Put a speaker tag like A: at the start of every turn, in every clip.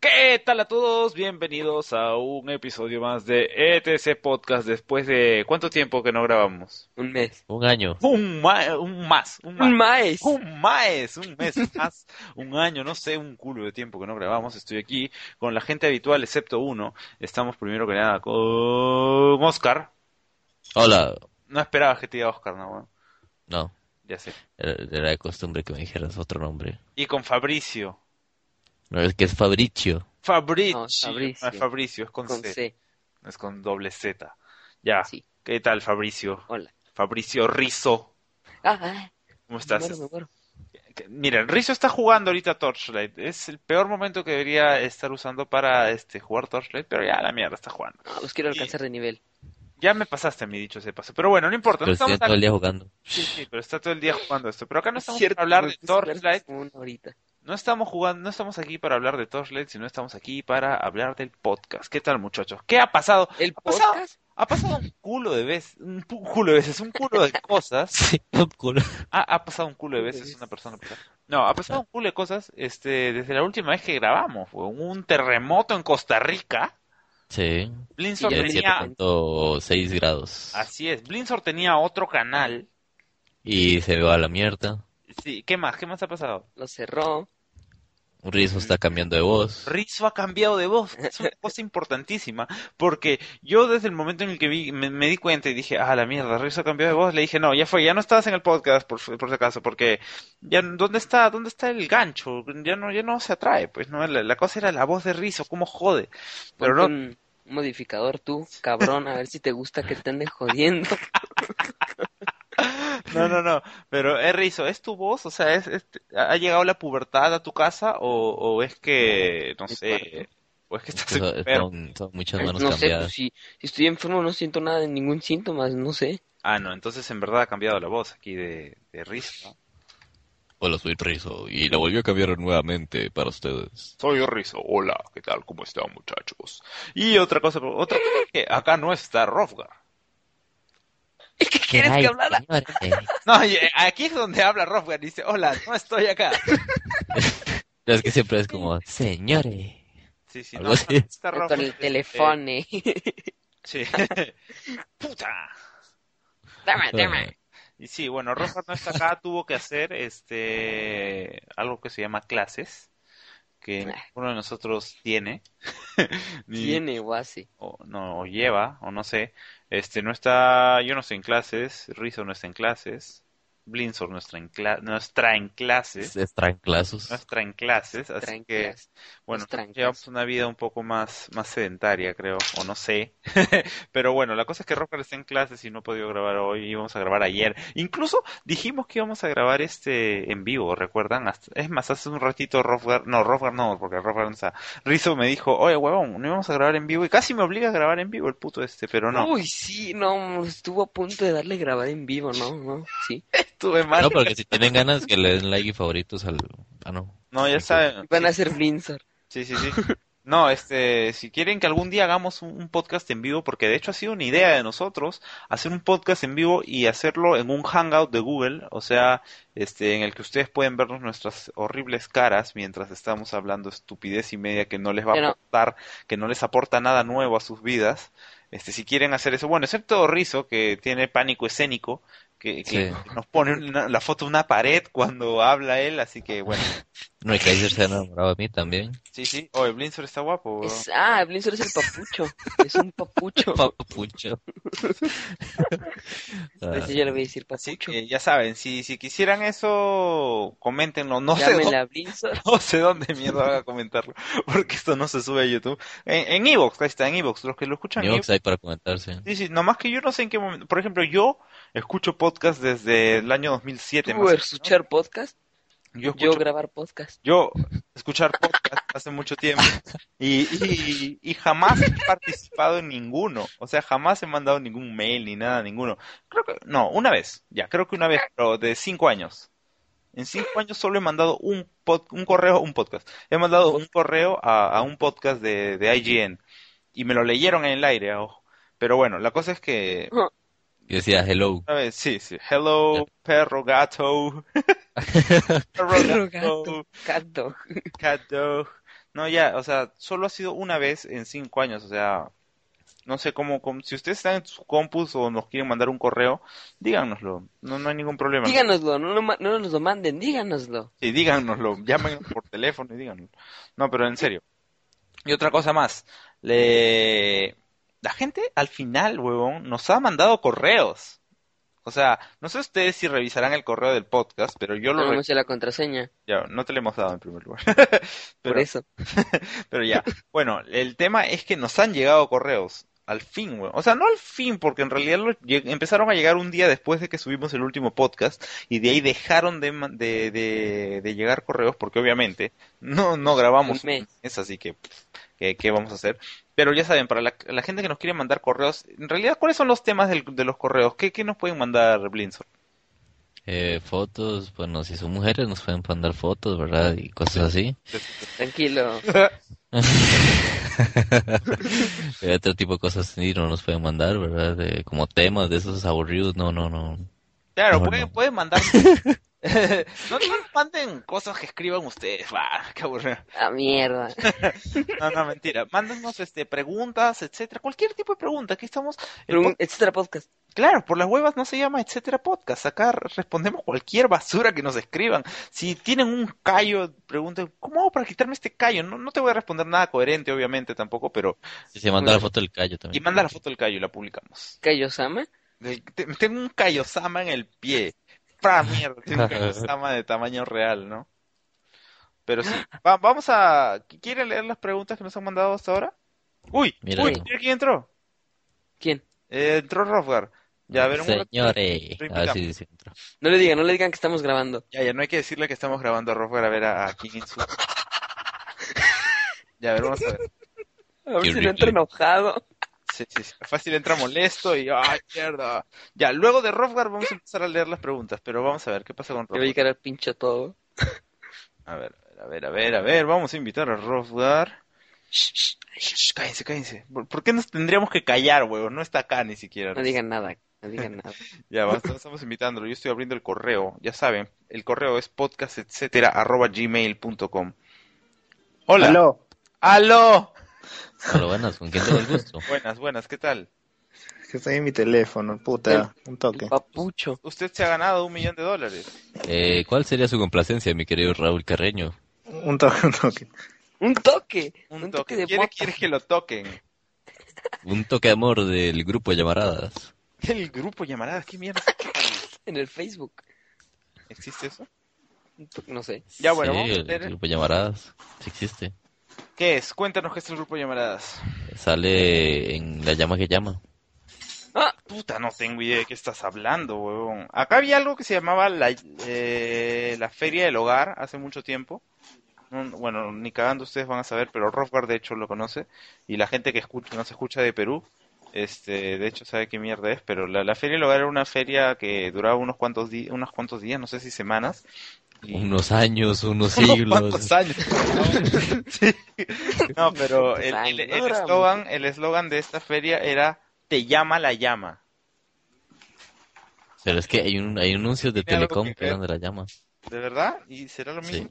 A: ¿Qué tal a todos? Bienvenidos a un episodio más de ETC Podcast después de cuánto tiempo que no grabamos.
B: Un mes. Ah,
C: Un año.
A: Un, ma- un más, un más,
B: Un mes.
A: un mes, un mes más, un año, no sé, un culo de tiempo que no grabamos. Estoy aquí con la gente habitual, excepto uno. Estamos primero que nada con Oscar.
C: Hola.
A: No esperabas que te diga Oscar, no, bueno,
C: No,
A: ya sé.
C: era, era de costumbre que me dijeras otro nombre.
A: Y con Fabricio.
C: No es que es Fabricio.
A: Fabricio. No,
B: No, Fabricio.
A: es Fabricio, es con,
B: Con
A: C.
B: C.
A: Es con doble Z. Ya.
B: Sí.
A: ¿Qué tal, Fabricio?
B: Hola.
A: Fabricio Rizzo.
B: Ah, ah,
A: ¿Cómo
B: me
A: estás?
B: muero, me muero.
A: Que- Mira, el Rizzo está jugando ahorita Torchlight. Es el peor momento que debería estar usando para este jugar Torchlight, pero ya la mierda está jugando.
B: Ah, os quiero alcanzar de nivel.
A: Ya me pasaste mi dicho ese paso. Pero bueno, no importa.
C: Pero
A: No
C: estoy
A: estamos
C: todo el
A: acá-
C: día jugando.
A: Sí, sí, pero está todo el día jugando esto. Pero acá no
B: Es
A: estamos
B: cierto,
A: para hablar
B: me
A: de
B: puse a jugar
A: Torchlight.
B: como Una horita.
A: No estamos jugando, no estamos aquí para hablar de Torchlight, sino estamos aquí para hablar del podcast. ¿Qué tal, muchachos? ¿Qué ha pasado?
B: El
A: ¿Ha pasado?
B: podcast.
A: Ha pasado un culo de veces, un pu- culo de veces, un culo de cosas.
C: Sí, un culo.
A: Ah, Ha, ha pasado un culo de
B: Culo de
A: veces
B: veces.
A: una persona. por acá. No, ha pasado un culo de cosas este, desde la última vez que grabamos. Fue un terremoto en Costa Rica.
C: Sí.
A: Blinsor
C: Y a
A: tenía,
C: 7.6 grados.
A: así es, Blinsor tenía otro canal.
C: Y se va a la mierda.
A: Sí, ¿qué más? ¿Qué más ha pasado?
B: Lo cerró.
C: Rizzo está cambiando de voz.
A: Rizzo ha cambiado de voz, que es una cosa importantísima, porque yo desde el momento en el que vi, me, me di cuenta y dije, ah, la mierda, Rizzo ha cambiado de voz, le dije, no, ya fue, ya no estabas en el podcast, por, por si acaso, porque ya, ¿dónde está, dónde está el gancho? Ya no, ya no se atrae, pues, no, la, la cosa era la voz de Rizzo, cómo jode, pero
B: Ponte
A: no,
B: Un un modificador tú, cabrón, a ver si te gusta que te anden jodiendo.
A: no, no, no, pero es Rizzo, ¿es tu voz? O sea, ¿es, es- ha llegado la pubertad a tu casa o, o es que, no
B: Mi
A: sé, o es que estás
C: Entonces,
A: enfermo?
C: son, son muchas manos
B: No sé, pues,
C: cambiadas.
B: si, si estoy enfermo no siento nada de ningún síntoma, no sé.
A: Ah, no, entonces en verdad ha cambiado la voz aquí de, de Rizzo, ¿no?
C: Hola, soy Rizzo. Y la volvió a cambiar nuevamente para ustedes.
A: Soy Rizzo, hola, ¿qué tal? ¿Cómo están, muchachos? Y otra cosa, otra cosa es que acá no está Rofgar.
B: ¿Qué quieres que hablara?
A: No, y, eh, aquí es donde habla Rofgar, dice, hola, no estoy acá.
C: Es que siempre es como, señores.
A: Sí, sí,
C: Algo
A: no,
C: así.
A: no está Rofgar.
B: Con el
A: este,
B: teléfono.
A: sí. Puta.
B: Dame, dame.
A: Y sí, bueno, Rofgar no está acá, tuvo que hacer este algo que se llama clases, que uno de nosotros tiene. Ni-
B: Tiene o hace.
A: o, no, o lleva, o no sé. Este, no está, yo no estoy en clases, Rizzo no está en clases, Blinzor no está en, cla- no está en clases,
C: Están clasos.
B: Ah.
A: no está en clases, así que,
B: Tranquilas.
A: bueno,
B: trancas.
A: llevamos una vida un poco más, más sedentaria, creo, o no sé. Pero bueno, la cosa es que Rocker está en clases y no ha podido grabar hoy, íbamos a grabar ayer. Incluso dijimos que íbamos a grabar este en vivo, ¿recuerdan? Hasta- es más, hace un ratito Rocker, no, Rocker no, porque Rocker no está. Rizzo me dijo, oye, huevón, no íbamos a grabar en vivo y casi me obliga a grabar en vivo el puto este, pero no.
B: Uy, sí, no, estuvo a punto de darle grabar en vivo, ¿no? ¿No? Sí.
A: Estuve mal.
C: No, porque si tienen ganas que le den like y favoritos al... Ah, no.
A: No, ya saben.
B: Van a ser Blinzor.
A: Sí, sí, sí. No, este, si quieren que algún día hagamos un, un podcast en vivo, porque de hecho ha sido una idea de nosotros hacer un podcast en vivo y hacerlo en un hangout de Google, o sea, este, en el que ustedes pueden vernos nuestras horribles caras mientras estamos hablando estupidez y media que no les va a
B: Pero-
A: aportar, que no les aporta nada nuevo a sus vidas. Este, si quieren hacer eso, bueno, excepto Rizo, que tiene pánico escénico, que, que
C: Sí.
A: nos pone una- la foto de una pared cuando habla él, así que bueno.
C: No, y Kaiser se ha enamorado de mí también.
A: Sí, sí. Oye, Blinzor está guapo. weón.
B: Es- ah, Blinzor es el papucho. Es un papucho.
C: Papucho. Ah,
B: Así yo le voy a decir
A: Así
B: papucho.
A: que ya saben, si, si quisieran eso, coméntenlo. No sé, dónde,
B: Llámenla Blinzor.
A: no sé dónde mierda van a comentarlo, porque esto no se sube a YouTube. En en Evox, ahí está, en Evox. Los que lo escuchan
C: ni
A: en
C: Vox hay para comentarse.
A: Evox. Sí, sí, nomás que yo no sé en qué momento. Por ejemplo, yo escucho podcast desde el año 2007.
B: Tú
A: más o menos.
B: escuchar podcast,
A: Yo
B: yo
A: escucho
B: grabar podcast.
A: yo escuchar podcast hace mucho tiempo y, y- y jamás he participado en ninguno. O sea, jamás he mandado ningún mail ni nada, ninguno. Creo que, no, una vez, ya, creo que una vez, pero de cinco años. En cinco años solo he mandado un, pod- un correo, un podcast. He mandado un correo a, a un podcast de, de IGN. Y me lo leyeron en el aire, ah, ojo. Pero bueno, la cosa es que...
C: Y decía hello.
A: A ver, sí, sí. Hello, perro, gato.
B: Perro, gato, cat dog.
A: Cat dog. No, ya, o sea, solo ha sido una vez en cinco años, o sea, no sé cómo, cómo- si ustedes están en sus compus o nos quieren mandar un correo, díganoslo, no, no hay ningún problema.
B: Díganoslo, no, lo ma- no nos lo manden, díganoslo.
A: Sí, díganoslo, llamen por teléfono y díganoslo. No, pero en serio. Y otra cosa más, le... la gente al final, huevón, nos ha mandado correos. O sea, no sé ustedes si revisarán el correo del podcast, pero yo lo
B: No,
A: re-
B: no sé la contraseña,
A: ya, no te lo hemos dado en primer lugar.
B: por
A: Pero-
B: eso.
A: Pero ya, bueno, el tema es que nos han llegado correos. Al fin, weón. O sea, no al fin, porque en realidad lo lleg- empezaron a llegar un día después de que subimos el último podcast y de ahí dejaron de, ma- de, de- de llegar correos porque obviamente no, no grabamos.
B: Un mes.
A: Es así que, pff, ¿qué, qué vamos a hacer? Pero ya saben, para la, la gente que nos quiere mandar correos, en realidad, ¿cuáles son los temas del- de los correos? ¿Qué, qué nos pueden mandar, Blinzor?
C: Eh, fotos, bueno, si son mujeres nos pueden mandar fotos, ¿verdad? Y cosas así.
B: Tranquilo.
C: Eh, otro tipo de cosas sí no nos pueden mandar, ¿verdad? Eh, como temas de esos aburridos, no, no, no.
A: Claro,
C: No,
A: pueden,
C: no.
A: pueden mandar. no, no manden cosas que escriban ustedes. Bah, qué aburrido.
B: Ah, mierda.
A: No, no, mentira. Mándanos este, preguntas, etcétera. Cualquier tipo de pregunta. Aquí estamos. el
B: Pregun-
A: pod-
B: Etcétera podcast.
A: Claro, por las huevas no se llama etcétera podcast. Acá respondemos cualquier basura que nos escriban. Si tienen un callo, pregunten, ¿cómo hago para quitarme este callo? No, no te voy a responder nada coherente, obviamente, tampoco, pero.
C: Si se manda la foto del callo también.
A: Y manda la foto del callo y la publicamos.
B: Kaiosama.
A: De- te- Tengo un callosama en el pie. ¡Pra mierda! Tengo un callosama de tamaño real, ¿no? Pero sí, va- vamos a. ¿Quieren leer las preguntas que nos han mandado hasta ahora? ¡Uy!
C: Mira.
A: ¡Uy! mira quién entró!
B: ¿Quién?
A: Eh, entró Rofgar. Ya, a ver, un ratito.
C: Señores,
A: Lo invitamos.
C: ah, sí, sí, entra.
B: No le digan, no le digan que estamos grabando.
A: Ya, ya, no hay que decirle que estamos grabando a Rofgar a ver a, a quién insulta. Ya, a ver, vamos a ver.
B: A ver
C: Qué
B: si no entra
C: horrible.
B: enojado.
A: Sí, sí, sí. Fácil entra molesto y ¡ay, mierda! Ya, luego de Rofgar vamos a empezar a leer las preguntas, pero vamos a ver qué pasa con
B: Le va a
A: Rofgar.
B: llegar al pincho todo.
A: A ver, a ver, a ver, a ver, vamos a invitar a Rofgar. Shh, shh, shh, cállense, cállense. ¿Por, por qué nos tendríamos que callar, huevón? No está acá ni siquiera.
B: No digan nada, no digan nada.
A: Ya, basta, estamos invitándolo. Yo estoy abriendo el correo. Ya saben, el correo es podcast, etcétera, arroba gmail.com. Hola.
D: Aló.
A: ¡Aló!
C: Hola, buenas, ¿con quién tengo el gusto?
A: Buenas, buenas, ¿qué tal?
D: Que estoy en mi teléfono, puta. Un toque.
B: El papucho.
A: Usted se ha ganado un millón de dólares.
C: Eh, ¿Cuál sería su complacencia, mi querido Raúl Carreño?
D: Un toque, un toque.
B: Un toque.
A: Un,
B: Un
A: toque.
B: toque de
A: ¿Quiere,
B: mota.
A: ¿Quieres que lo toquen?
C: Un toque de amor del grupo de llamaradas.
A: El grupo llamaradas, ¿qué mierda?
B: En el Facebook.
A: ¿Existe eso?
B: Un toque, No sé.
A: Ya, bueno,
C: Sí,
A: vamos a
C: el
A: leer-
C: grupo de llamaradas, sí existe.
A: ¿Qué es? Cuéntanos qué es el grupo llamaradas.
C: Sale en La Llama que Llama.
A: Puta, no tengo idea de qué estás hablando, huevón. Acá había algo que se llamaba la, eh, la Feria del Hogar hace mucho tiempo. No, no, bueno, ni cagando ustedes van a saber, pero Rothbard de hecho lo conoce. Y la gente que escucha, nos escucha de Perú, este, de hecho sabe qué mierda es. Pero la, la Feria del Hogar era una feria que duraba unos cuantos, di- unos cuantos días, no sé si semanas. Y-
C: Unos años, unos
A: unos
C: siglos.
A: cuantos años. Sí. No, pero el,
B: Cuantos
A: el- el
B: años, no era
A: eslogan, el eslogan de esta feria era Te llama la llama.
C: Pero es que hay, un, hay anuncios de
A: Tiene algo
C: Telecom
A: que
C: que
A: ver.
C: eran de La Llama.
A: ¿De verdad? ¿Y será lo
C: Sí.
A: mismo?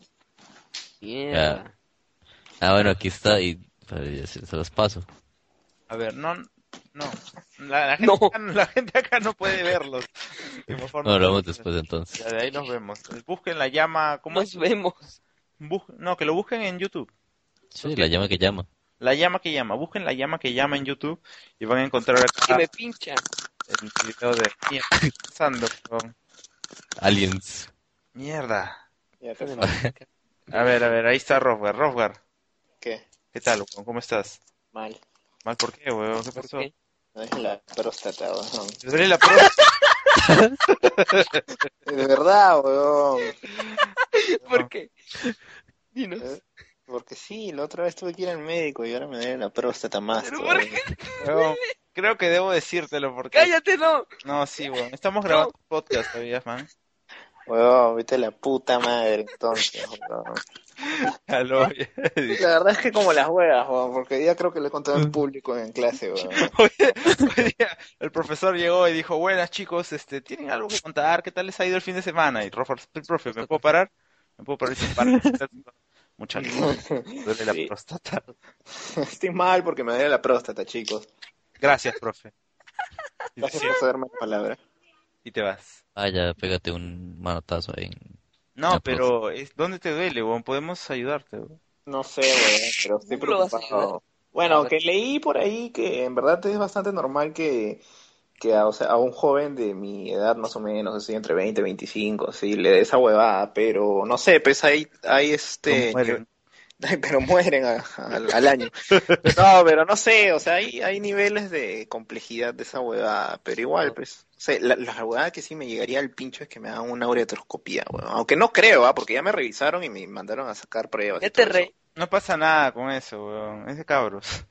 B: Mierda.
C: Ah, bueno, aquí está y pues, ya se, se los paso.
A: A ver, no, no. La, la gente,
B: No.
A: Acá, la gente acá no puede verlos. Así que, por favor,
C: No, lo vemos después entonces.
A: Ya, de ahí nos vemos. Busquen la llama, ¿cómo
B: Nos
A: es?
B: vemos.
A: Bus- no, que lo busquen en YouTube.
C: Sí, La Llama que Llama.
A: La llama que llama, busquen la llama que llama en YouTube y van a encontrar
B: Y
A: acá
B: me pinchan.
A: el video de mierda. ¿qué está pasando, weón?
C: Aliens.
A: Mierda.
B: Hijo de madre.
A: A ver, a ver, ahí está Rofgar. Rofgar,
D: ¿Qué?
A: ¿qué tal? weón? ¿Cómo estás?
D: Mal.
A: ¿Mal por qué, weón? ¿Qué pasó?
B: qué?
D: No es la próstata, weón.
A: Te duele la próstata.
D: De verdad, weón.
B: ¿Por qué? Dinos.
A: Eh.
D: Porque sí, la otra vez tuve que ir al médico y ahora me duele la próstata más.
B: Pero,
D: todavía.
A: weón. Creo que debo decírtelo porque...
B: Cállate, no.
A: No, sí, weón. Estamos grabando podcast todavía, man.
D: Weón, vete a la puta madre, entonces, weón.
A: Ya lo voy a decir.
D: La verdad es que como las huevas, weón, porque ya creo que lo he contado en público en clase, weón.
A: Hoy, hoy día el profesor llegó y dijo, buenas chicos, este, ¿tienen algo que contar? ¿Qué tal les ha ido el fin de semana? Y Rofer, profe, ¿me puedo parar? ¿Me puedo parar? Y se para. Mucha luz, duele la
D: Sí.
A: próstata.
D: Estoy mal porque me duele la próstata, chicos.
A: Gracias, profe. Y te
D: Gracias por
A: sientas
D: saberme la palabra.
A: Y te vas.
C: Ah, ya, pégate un manotazo ahí.
A: No,
C: Ya,
A: pero es, ¿dónde te duele, weón? Podemos ayudarte, weón.
D: No sé, weón, pero estoy
B: ¿Cómo lo vas a ayudar?
D: preocupado. Bueno, que leí por ahí que en verdad es bastante normal que, que a, o sea, a un joven de mi edad más o menos, así entre 20 y 25, sí, le dé esa huevada, pero no sé, pues hay, hay este...
A: No mueren.
D: Ay, pero mueren a- al, al año. No, pero no sé, o sea, hay, hay niveles de complejidad de esa huevada, pero igual, pues, o sea, la, la huevada que sí me llegaría al pincho es que me hagan una uretroscopía, huevón. Aunque no creo, ¿ah? Porque ya me revisaron y me mandaron a sacar pruebas. y
B: Ya te
D: todo eso.
B: re...
A: No pasa nada con eso, weón. Es de cabros.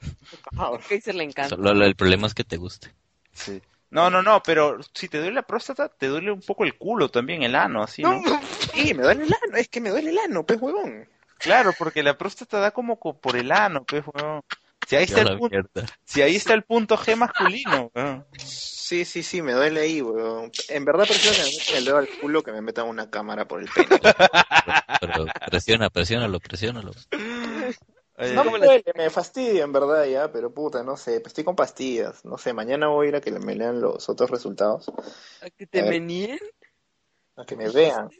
D: Ahora,
B: Kaiser le encanta.
C: Solo lo- el problema es que te guste.
A: Sí. No, no, no, pero si te duele la próstata, te duele un poco el culo también, el ano, así, ¿no?
D: Sí, me duele el ano, es que me duele el ano, pues, huevón.
A: Claro, porque la próstata da como co- por el ano, pues, weón. Si ahí
C: Ya
A: está
C: la
A: el punto,
C: mierda.
A: si ahí está el punto G masculino, weón.
D: Sí, sí, sí, me duele ahí, huevón. En verdad prefiero que me metan el dedo al culo que me metan una cámara por el pene.
C: Pero presiona, presiónalo, presiónalo.
A: Oye,
D: No
B: ¿Cómo
D: Eh, me
B: las-
D: duele, me fastidia en verdad ya, pero puta, no sé, pues estoy con pastillas, no sé, mañana voy a ir a que me lean los otros resultados,
B: ¿A que te
D: A ver.
B: venían?
D: a que me vean.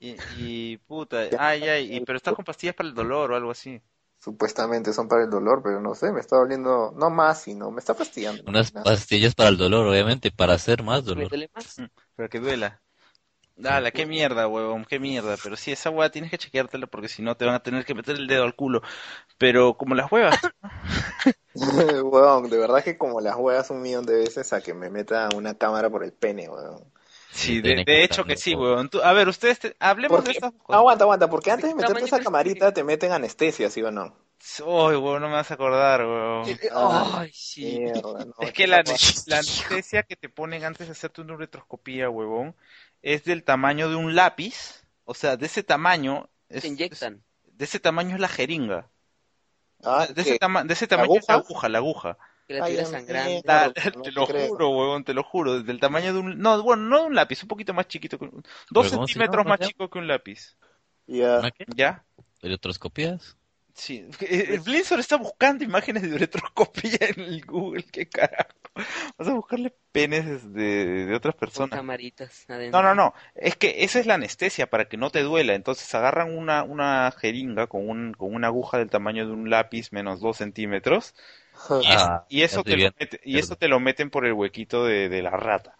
A: y, y, puta, ay, ay, y- pero estás con pastillas para el dolor o algo así.
D: Supuestamente son para el dolor, pero no sé, me está doliendo, no más, sino me está fastidiando.
C: Unas
D: ¿no?
C: pastillas para el dolor, obviamente, para hacer más
B: Me
C: dolor.
B: duele más.
A: Para que duela. Dala, qué mierda, huevón, qué mierda. Pero sí, esa hueá tienes que chequeártela porque si no te van a tener que meter el dedo al culo. Pero como las huevas.
D: Weón, de verdad que como las juegas un millón de veces a que me meta una cámara por el pene, weón.
A: Sí, de,
C: Tiene
A: de
C: que
A: hecho
C: estar,
A: que
C: ¿no?
A: sí, huevón. Tú- a ver, ustedes, te- hablemos de
D: Porque-
A: estas cosas.
D: Aguanta, aguanta, porque antes de meterte
B: Tamaño
D: esa
B: de-
D: camarita te meten anestesia, ¿sí o no?
A: Ay, huevón, no me vas a acordar, huevón.
D: Ah,
B: Ay, sí.
D: Mierda, no,
A: Es que la,
D: esa
B: Pues,
A: la anestesia que te ponen antes de hacerte una uretroscopía, huevón, es del tamaño de un lápiz. O sea, de ese tamaño. es-
B: Te inyectan.
A: es- de ese tamaño es la jeringa.
D: Ah,
A: De ese,
D: ¿qué?
A: tama- de ese tamaño es la
D: aguja?
A: aguja, la aguja.
B: Que la
D: Ay,
B: tira
D: ya me-
B: sangrando.
D: Claro,
A: Da-
D: no
A: te
D: te
A: lo
D: creo.
A: juro, huevón, te lo juro. Del tamaño de un. No, bueno, no de un lápiz, un poquito más chiquito. que un- Dos
C: ¿cómo se
A: centímetros
C: llama?
A: más chico que un lápiz.
D: Ya.
C: ¿Una qué?
A: ¿Ya?
C: ¿Uretroscopías?
A: Sí. Eh, El Blizzard está buscando imágenes de uretroscopía en el Google, qué carajo. Vas a buscarle penes de, de otras
B: Con
A: personas.
B: camaritas adentro.
A: No, no, no. Es que esa es la anestesia para que no te duela. Entonces agarran una, una jeringa con, un, con una aguja del tamaño de un lápiz menos dos centímetros
B: Pues,
A: y, es-
C: Ah,
A: y eso,
C: estoy
A: te lo
C: bien.
A: mete- y eso te lo meten por el huequito de, de la rata.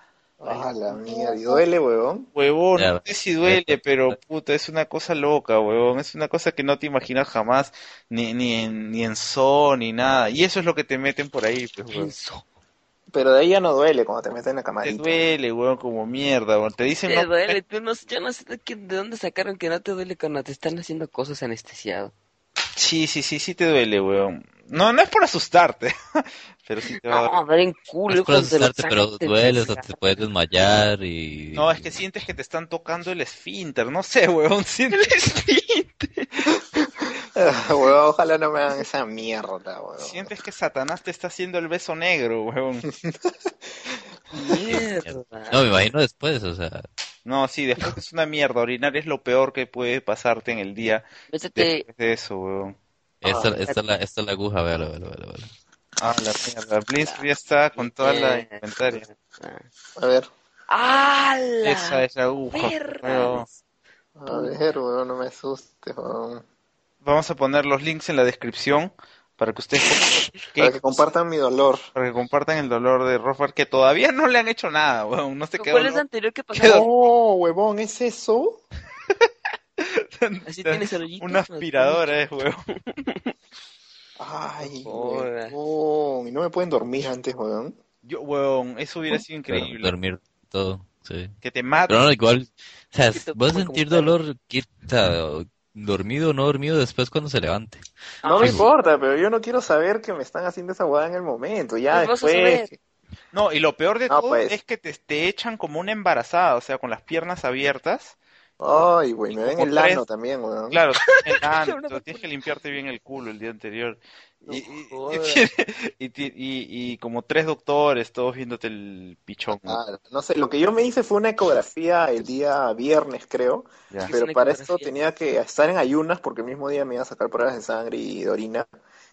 D: Ah, la mierda, y duele, huevón.
A: Huevón,
C: Ya.
A: no sé si duele, pero puta, es una cosa loca, huevón. Es una cosa que no te imaginas jamás, ni, ni, en, ni en son, ni nada. Y eso es lo que te meten por ahí, pues, huevón.
B: Pienso.
D: Pero de ahí ya no duele cuando te meten en la
A: Te
D: camarita.
A: duele, huevón, como mierda, huevón. Te dicen,
B: Te
A: no,
B: duele, tú no, yo no sé de, qué- de dónde sacaron que no te duele cuando te están haciendo cosas anestesiado.
A: Sí, sí, sí, sí te duele, weón. No, no es por asustarte, pero sí te va a dar.
B: No, Ah, ver en
C: No
B: culo
C: es por
B: cuando te lo
C: asustarte, pues pero
B: sacan, te
C: duele, o sea,
B: desgarra.
C: te puedes desmayar y...
A: No, es que sientes que te están tocando el esfínter, no sé, weón. Sientes...
D: Ah, Huevón, ojalá no me hagan esa mierda, huevón.
A: sientes que Satanás te está haciendo el beso negro, weón.
B: Mierda.
C: No, me imagino después, o
B: Ah,
C: sea...
A: No, sí, después es una mierda. Orinar es lo peor que puede pasarte en el día
B: Métete,
A: después de eso, weón.
C: Esta,
D: Ah,
C: esta, es la, esta es la aguja, véalo, véalo, véalo, véalo.
A: Ah, la mierda. Blitz ya está con toda la
B: Mierda.
A: inventaria.
D: A ver,
B: ¡Hala!
A: Esa es la aguja, weón.
B: ¡Perras!
D: a ver, huevón, no me asustes, huevón.
A: Vamos a poner los links en la descripción para que ustedes
D: Para que compartan mi dolor.
A: Para que compartan el dolor de Rofer, que todavía no le han hecho nada, weón. No se quedó.
B: ¿Cuál es la anterior que
A: Quedó-
B: pasó?
D: No, huevón, ¿es eso?
B: Así tienes el hoyito.
A: Una aspiradora, eh, weón.
D: Ay,
B: Joder.
D: huevón. Y no me pueden dormir antes, huevón.
A: Yo, weón, eso hubiera sido
C: Pero
A: increíble.
C: dormir todo, sí.
A: Que te mate.
C: Pero no, igual, o sea,
B: Sí, Ah, te
C: vas a
B: ocupa
C: sentir
B: como
C: dolor, quita, o dormido o no dormido, después cuando se levante.
D: No me
C: Sí.
A: Ah,
D: importa, pero yo no quiero saber que me están haciendo esa huevada en el momento. Ya
B: Pues vas a
D: después.
B: saber.
D: que-
A: No, y lo peor de
D: No,
A: todo
D: pues.
A: es que te, te echan como una embarazada, o sea, con las piernas abiertas.
D: Ay, güey, me
A: Y
D: ven
A: como
D: el lano
A: tres.
D: también, weón.
A: Claro, te echan el ano,
B: Una
A: entonces tienes que limpiarte bien el culo el día anterior. Y, y-
B: No
A: y
B: jodas.
A: tiene- y ti- y- y como tres doctores, todos viéndote el pichón. ¿no?
D: Ah, no sé, lo que yo me hice fue una ecografía el día viernes, creo,
A: Ya.
D: pero
B: una
D: para esto
B: ecografía?
D: tenía que estar en ayunas porque el mismo día me iba a sacar pruebas de sangre y de orina,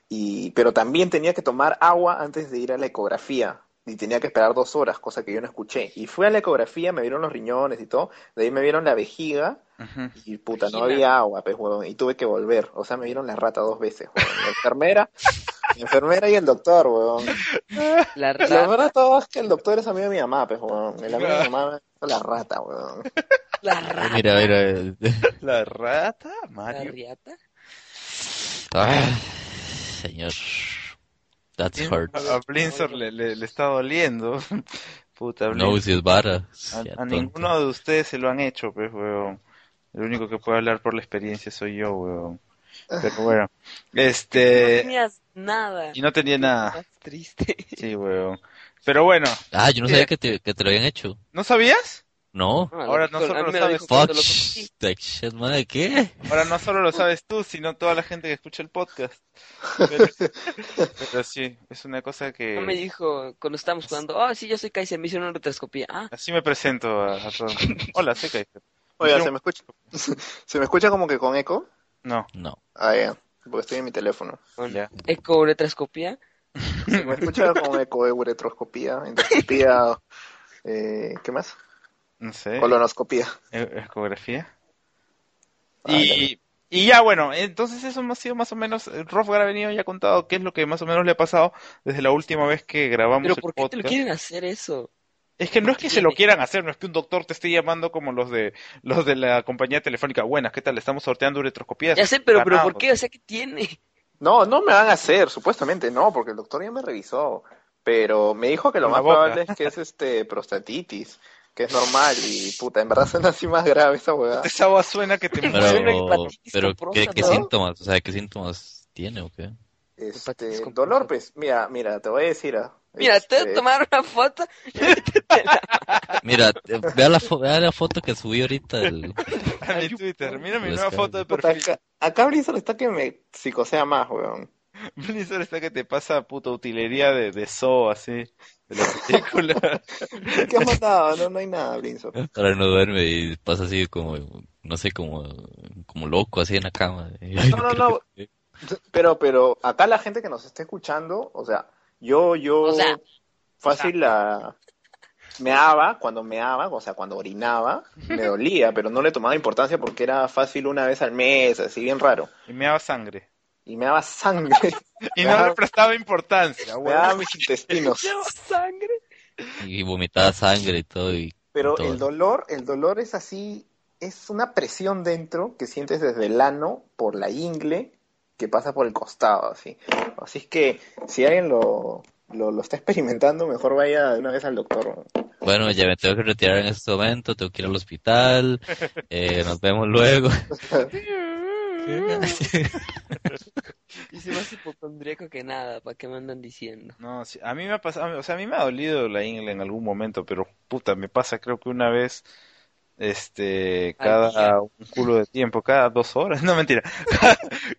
D: y, pero también tenía que tomar agua antes de ir a la ecografía y tenía que esperar dos horas, cosa que yo no escuché. Y fui a la ecografía, me vieron los riñones y todo, de ahí me vieron la vejiga
A: Ujú.
D: y puta, no
B: Vagina.
D: había agua, pues, huevón, y tuve que volver, o sea, me vieron la rata dos veces, huevón, la enfermera, la enfermera y el doctor, huevón.
B: La
D: Lo peor
B: rata.
D: de todo es que el doctor es amigo de mi mamá, pues, weón. El amigo de mi mamá es la rata, weón.
B: La rata.
C: Mira, mira.
A: La rata,
B: La
A: Mario.
B: riata.
C: Ah, señor. That's hard.
A: A, a Blinzor le, le- le está doliendo. Puta,
C: No,
A: Blinzor.
C: si es vara.
A: A,
C: Ya,
A: a
C: tonto.
A: ninguno de ustedes se lo han hecho, pues, weón. El único que puede hablar por la experiencia soy yo, weón. Pero bueno,
B: No
A: este...
B: tenías nada.
A: Y ah. no tenía nada.
B: Más triste.
A: Sí, weón. Pero bueno,
C: Ah, yo no sabía
A: Mira.
C: que te, que te lo habían hecho.
A: ¿no sabías?
C: No.
B: No,
A: Ahora
B: dijo-
A: nosotros
B: a mí
A: lo
B: me
A: sabes.
B: dijo
C: Fuck.
B: cuando lo conocí.
C: That shit, madre, ¿qué?
A: Ahora no solo lo sabes tú, sino toda la gente que escucha el podcast. Pero, pero sí, es una cosa que...
B: No me dijo cuando estábamos jugando. Oh, sí, yo soy Kaiser. Me hicieron una retroscopía. Ah,
A: Así me presento a, a todo el mundo. Hola, soy Kaiser.
D: Oiga,
A: Yo-
D: ¿se me escucha? ¿Se me escucha como que con eco?
A: No,
C: No.
D: Ah, ya. Porque estoy en mi teléfono.
B: con
A: ya.
B: eco retroscopía.
D: Se me escucha con eco, eh, uretroscopía, endoscopía, eh, ¿qué más?
A: No sé.
D: Colonoscopía.
A: E- Ecografía.
D: Ah,
A: Y, y ya, bueno, entonces eso ha sido más o menos. eh, Rothgar ha venido y ha contado qué es lo que más o menos le ha pasado desde la última vez que grabamos
B: Pero
A: el
B: ¿por qué te lo
A: podcast.
B: quieren hacer eso?
A: Es que no es que se
B: quieren?
A: lo quieran hacer, no es que un doctor te esté llamando como los de los de la compañía telefónica. Buenas, ¿qué tal? Estamos sorteando uretroscopías.
B: Ya sé, pero, pero ¿por
A: Ganados.
B: qué? O sea, ¿qué tiene?
D: No, no me van a hacer, supuestamente no, porque el doctor ya me revisó. Pero me dijo que lo
A: Con la
D: más
A: boca.
D: probable es que es este prostatitis, que es normal y puta, en verdad suena así más grave esa huevada.
A: Esa voz suena que te
B: Pero-
A: mueve.
C: Pero,
B: hepatitis
C: pero
B: con
C: ¿qué,
B: próstata,
C: qué
D: ¿no?
C: síntomas? O sea, ¿qué síntomas tiene o qué?
D: Este,
B: Hepatitis con
D: dolor,
B: próstata.
D: pues, mira, mira, te voy a decir, ah,
B: Mira, te voy a
D: este,
B: tomar una foto.
C: Mira, eh, vea la, fo- vea la foto que subí ahorita. del-
A: A mi Twitter, mira mi
C: Los
A: nueva
C: cables.
A: foto de
D: puta,
A: perfil.
D: acá, acá Blizzard está que me psicosea más, weón.
A: Blizzard está que te pasa puta utilería de, de zoo, así, de la película.
D: ¿Qué has mandado? No, no hay nada, Blizzard.
C: Para no duerme y pasa así como, no sé, como, como loco, así en la cama.
D: No, no, no. Pero, pero, acá la gente que nos está escuchando, o sea, yo, yo,
B: O sea,
D: fácil la meaba, cuando meaba, o sea, cuando orinaba, me dolía, pero no le tomaba importancia porque era fácil una vez al mes, así bien raro.
A: Y me daba sangre.
D: Y me daba sangre,
A: Y no le
D: Ajá.
A: prestaba importancia,
D: me
A: güey.
D: daba mis intestinos.
B: Llevo sangre.
C: Y vomitaba sangre y todo. Y
D: Pero
C: todo.
D: el dolor, el dolor es así, es una presión dentro que sientes desde el ano por la ingle que pasa por el costado, así. Así es que si alguien lo, lo, lo está experimentando, mejor vaya de una vez al doctor.
C: Bueno, ya me tengo que retirar en este momento, tengo que ir al hospital. eh, nos vemos luego.
B: Yo soy más hipocondríaco que nada, ¿para qué me andan diciendo?
A: No, sí, a mí me ha pasado, o sea, a mí me ha dolido la ingle en algún momento, pero puta, me pasa creo que una vez, este,
B: día.
A: cada un culo de tiempo, cada dos horas, no mentira,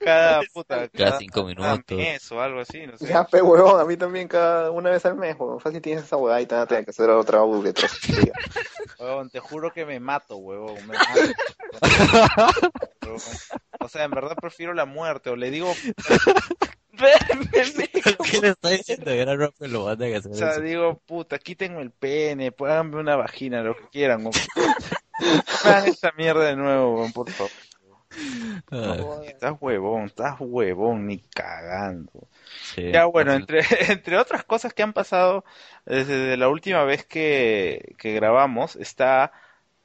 A: cada puta,
C: Cada cinco minutos.
A: mes o algo así, no sé.
D: Ya, pe huevón, a mí también cada una vez al mes, huevón. Fácil tienes esa huevada y te vas a tener que hacer otra uretroscopía.
A: Huevón, te juro que me mato, huevón. me mato. Huevón. O sea, en verdad prefiero la muerte, o le digo,
B: Verme,
C: ¿Qué le está diciendo? Era rap, me lo mandan a hacer
A: o sea,
C: eso.
A: digo, puta, quítenme el pene, pues, háganme una vagina, lo que quieran, huevón. No hagan esta mierda de nuevo, huevón, por favor.
C: Ah,
A: Estás huevón, estás huevón, ni cagando.
C: sí.
A: Ya bueno,
C: Así-
A: entre, entre otras cosas que han pasado desde la última vez que, que grabamos está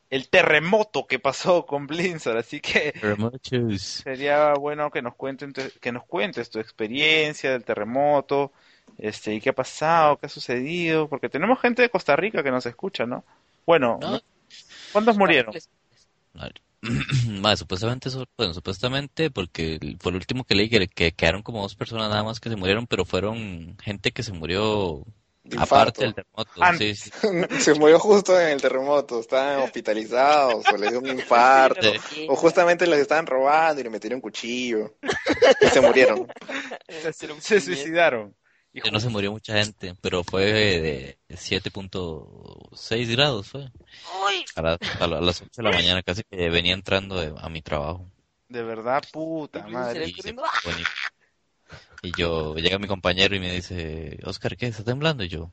A: el terremoto que pasó con Blinzor, así que
C: Remachos.
A: sería bueno que nos cuenten tu- que nos cuentes tu experiencia del terremoto, este y qué ha pasado, qué ha sucedido, porque tenemos gente de Costa Rica que nos escucha, ¿no? Bueno,
C: No.
A: ¿cuántos murieron?
B: Pues,
C: Madre, supuestamente, eso- bueno, supuestamente, porque el- fue el último que leí que, que quedaron como dos personas nada más que se murieron, pero fueron gente que se murió
D: de
C: Aparte del
D: infarto.
C: terremoto,
A: Antes.
C: sí, sí.
D: Se murió justo en el terremoto, estaban hospitalizados, o le dio un infarto, o justamente los estaban robando y le metieron un cuchillo y se murieron.
A: Se suicidaron. Y
C: Que no se murió mucha gente, pero fue de 7.6 grados, fue.
B: Uy,
C: A, la- a la- a las 8 de la mañana casi que venía entrando de- a mi trabajo.
A: De verdad, puta
B: Incluso
A: madre.
C: Y, se puso bonito. Y yo, llega mi compañero y me dice, Oscar, ¿qué? ¿Está temblando? Y yo,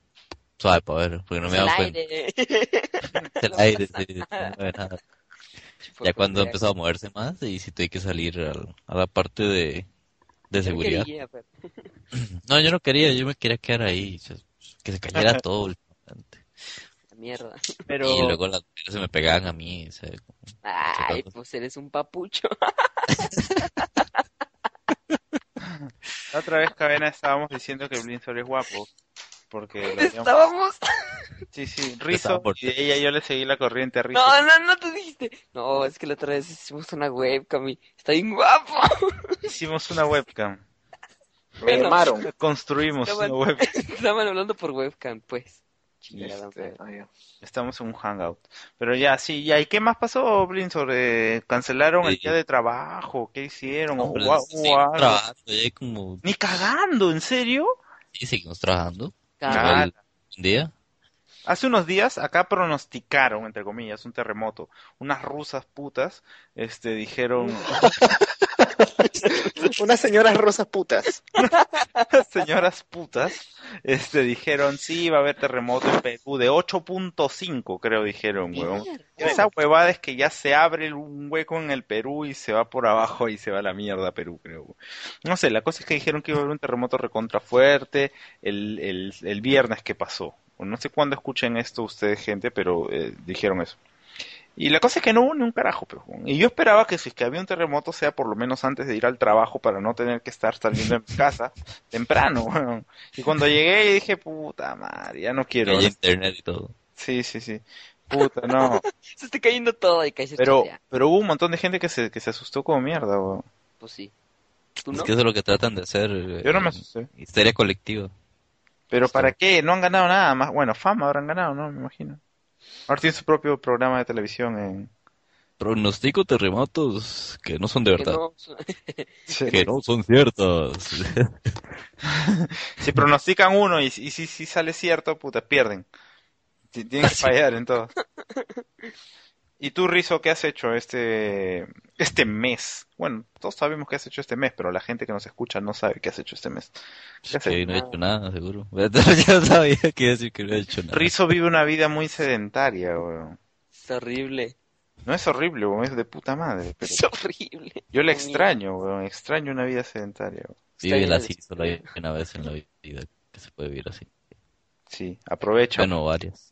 C: suave, para ver, porque no me he
B: el
C: dado cuenta.
B: aire.
C: El
B: No
C: aire,
B: pasa
C: sí, sí, no me ve nada. Ya cuando empezó a moverse más, y si tuve que salir al- a la parte de, de
B: Yo
C: seguridad.
B: quería, pero-
C: No, yo no quería, yo me quería quedar ahí, yo- que se cayera todo. últimamente.
B: la Mierda.
A: Pero,
C: Y luego las mujeres se me pegaban a mí, o sea, como-
B: Ay,
C: Chocando.
B: pues eres un papucho.
A: La otra vez, Cadena, estábamos diciendo que Blin Solo es guapo. Porque lo habíamos-
B: Estábamos.
A: Sí, sí,
C: Estaba
A: Rizo.
C: por-
A: Y de ella yo le seguí la corriente a Rizo.
B: No, no, no te dijiste. No, es que la otra vez hicimos una webcam y está bien guapo.
A: Hicimos una webcam.
D: Me
B: Bueno.
D: armaron.
A: Construimos
B: Estaban-
A: una webcam.
B: Estaban hablando por webcam, pues. Chingada
D: Este,
B: madre.
D: ah, ya.
A: Estamos en un hangout. Pero ya, sí, ya. ¿Y qué más pasó, Blin? Sobre... ¿Cancelaron el
C: Sí.
A: día de trabajo? ¿Qué hicieron? ¿O
C: Hombre,
A: hubo-
C: sí,
A: hubo
C: seguimos
A: algo?
C: trabajando, y ahí como,
A: Ni cagando, ¿en serio?
C: sí, seguimos trabajando.
B: Cada-
A: Ah.
C: Igual, un día,
A: Hace unos días acá pronosticaron, entre comillas, un terremoto. Unas rusas putas, este, dijeron,
D: Unas señoras rosas putas.
A: unas señoras putas, este, dijeron, sí, va a haber terremoto en Perú de 8.5, creo, dijeron, huevón.
B: Mierda.
A: Esa huevada es que ya se abre el- un hueco en el Perú y se va por abajo y se va a la mierda Perú, creo. No sé, la cosa es que dijeron que iba a haber un terremoto recontra fuerte el, el- el viernes que pasó. No sé cuándo escuchen esto ustedes, gente, pero eh, dijeron eso. Y la cosa es que no hubo ni un carajo, pero, y yo esperaba que si es que había un terremoto sea por lo menos antes de ir al trabajo para no tener que estar saliendo de mi casa temprano. weón. Y cuando llegué dije, puta madre, ya no quiero.
C: hay internet y todo.
A: Sí, sí, sí. Puta, no.
B: Se está cayendo todo y cae
A: Pero,
B: chatea.
A: pero hubo un montón de gente que se, que se asustó como mierda, weón.
B: Pues sí. ¿Tú
C: Es
B: no?
C: que eso es lo que tratan de hacer. eh,
A: Yo no me asusté.
C: Histeria colectiva.
A: Pero
C: Sí.
A: ¿para qué? No han ganado nada más. Bueno, fama habrán ganado, ¿no? Me imagino. Ahora tiene su propio programa de televisión en...
C: Pronostico terremotos que no son de
B: Que
C: verdad.
B: no.
C: Que no,
A: Sí.
C: son ciertos.
A: Si pronostican uno y, y si, si sale cierto, puta, pierden. Ti- Tienen que fallar en todo. ¿Y tú, Rizo, qué has hecho este, este mes? Bueno, todos sabemos qué has hecho este mes, pero la gente que nos escucha no sabe qué has hecho este mes. ¿Qué has hecho?
C: que no he hecho nada, seguro. Yo no sabía que iba a decir que no he hecho nada.
A: Rizo vive una vida muy sedentaria, weón.
B: Es horrible.
A: No es horrible, weón, es de puta madre. Pero
B: Es horrible.
A: yo le extraño, weón, extraño una vida sedentaria. weón.
B: Está
C: Vive
B: lleno
C: así,
B: de-
C: solo hay
A: eh.
C: una vez en la vida que se puede vivir así.
A: Sí, aprovecha.
C: Bueno, varias.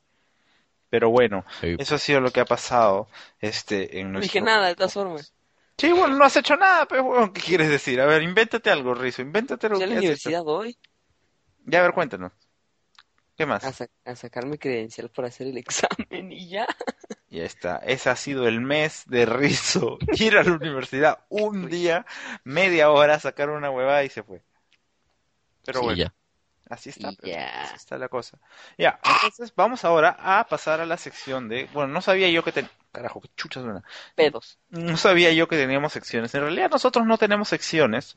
A: Pero bueno,
C: Sí.
A: eso ha sido lo que ha pasado este, en
B: No
A: nuestro...
B: dije nada, de todas formas.
A: Sí, bueno, no has hecho nada, pero weón, ¿qué quieres decir? A ver, invéntate algo, Rizo, invéntate algo.
B: Yo a la
A: que has
B: universidad voy
A: hecho. Ya, a ver, cuéntanos. ¿Qué más?
B: a, sa- a sacar mi credencial para hacer el examen y ya.
A: Ya está, ese ha sido el mes de Rizo. Ir a la universidad un día, media hora, sacar una huevada y se fue. Pero
C: Sí,
A: bueno. pues,
C: ya.
A: Así está,
B: Y
A: pues,
B: ya.
A: así está la cosa. Ya, entonces vamos ahora a pasar a la sección de, bueno, no sabía yo que ten... carajo, qué chucha suena.
B: Pedos.
A: No sabía yo que teníamos secciones. En realidad nosotros no tenemos secciones,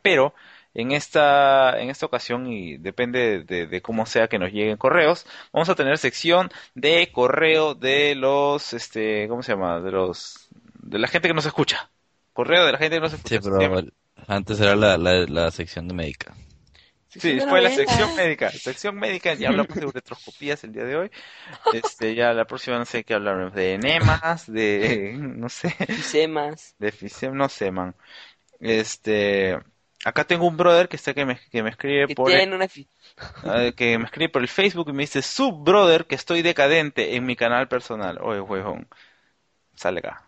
A: pero en esta en esta ocasión y depende de, de cómo sea que nos lleguen correos, vamos a tener sección de correo de los este, ¿cómo se llama? de los de la gente que nos escucha. Correo de la gente que nos escucha.
C: Sí, pero antes era la, la, la sección de médica.
A: Sí,
B: de
A: fue la
B: novela.
A: sección médica. Sección médica, ya hablamos de uretroscopías el día de hoy. Este, ya la próxima no sé qué hablaremos. De enemas, de, no sé,
B: Fisemas.
A: de fisem, no sé, man. Este, acá tengo un brother que está que me, que me escribe
B: Que
A: por e- el,
B: tienen una fi-
A: ah, que me escribe por el Facebook y me dice, sub brother, que estoy decadente en mi canal personal. Oye, huevón, sale acá.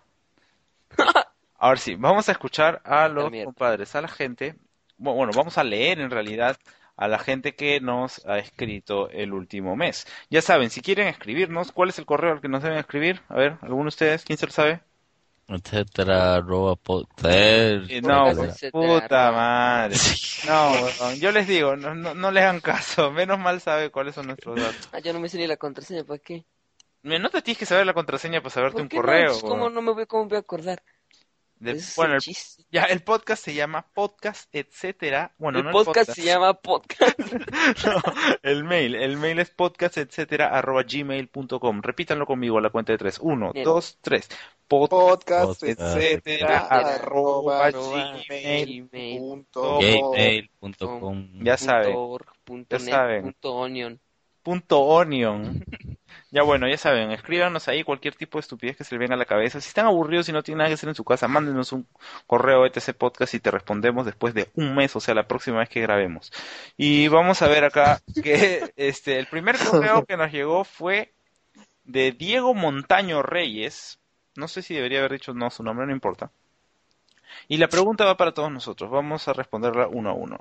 A: Ahora sí, vamos a escuchar a los
B: mierda.
A: compadres, a la gente. bu- Bueno, vamos a leer en realidad a la gente que nos ha escrito el último mes. Ya saben, si quieren escribirnos, ¿cuál es el correo al que nos deben escribir? A ver, ¿alguno de ustedes? ¿Quién se lo sabe?
C: etcétera, arroba poder.
A: Eh, no,
B: Puta,
A: pues,
B: se te
A: puta
B: arma.
A: madre. No, weón, yo les digo, no, no, no le hagan caso. Menos mal sabe cuáles son nuestros datos.
B: Ah, yo no me sé ni la contraseña, ¿para qué?
A: Me- No te tienes que saber la contraseña para saberte
B: ¿Por
A: un
B: qué no?
A: correo.
B: Pues, ¿Cómo
A: weón.
B: no me voy, cómo me voy a acordar?
A: De-
B: Ese es
A: bueno,
B: el
A: el-
B: chiste.
A: ya el podcast se llama podcast, etcétera. Bueno,
B: el
A: no
B: podcast se llama
A: No,
B: podcast.
A: el mail, el mail es podcast, etcétera, arroba gmail.com. Repítanlo conmigo a la cuenta de tres. Uno,
B: Bien.
A: dos, tres. Pod-
D: Podcast,
C: Podcast,
D: etcétera,
B: etcétera,
D: arroba,
A: arroba,
D: gmail,
B: gmail,
D: punto com.
C: Gmail.com.
A: uh, Ya saben.
B: Punto org, punto
A: Ya
B: net,
A: saben.
B: punto onion.
A: Punto onion. Ya bueno, ya saben, escríbanos ahí cualquier tipo de estupidez que se les venga a la cabeza. Si están aburridos y no tienen nada que hacer en su casa, mándenos un correo etc podcast y te respondemos después de un mes, o sea, la próxima vez que grabemos. Y vamos a ver acá que este el primer correo que nos llegó fue de Diego Montaño Reyes. No sé si debería haber dicho no su nombre, no importa. Y la pregunta va para todos nosotros. Vamos a responderla uno a uno.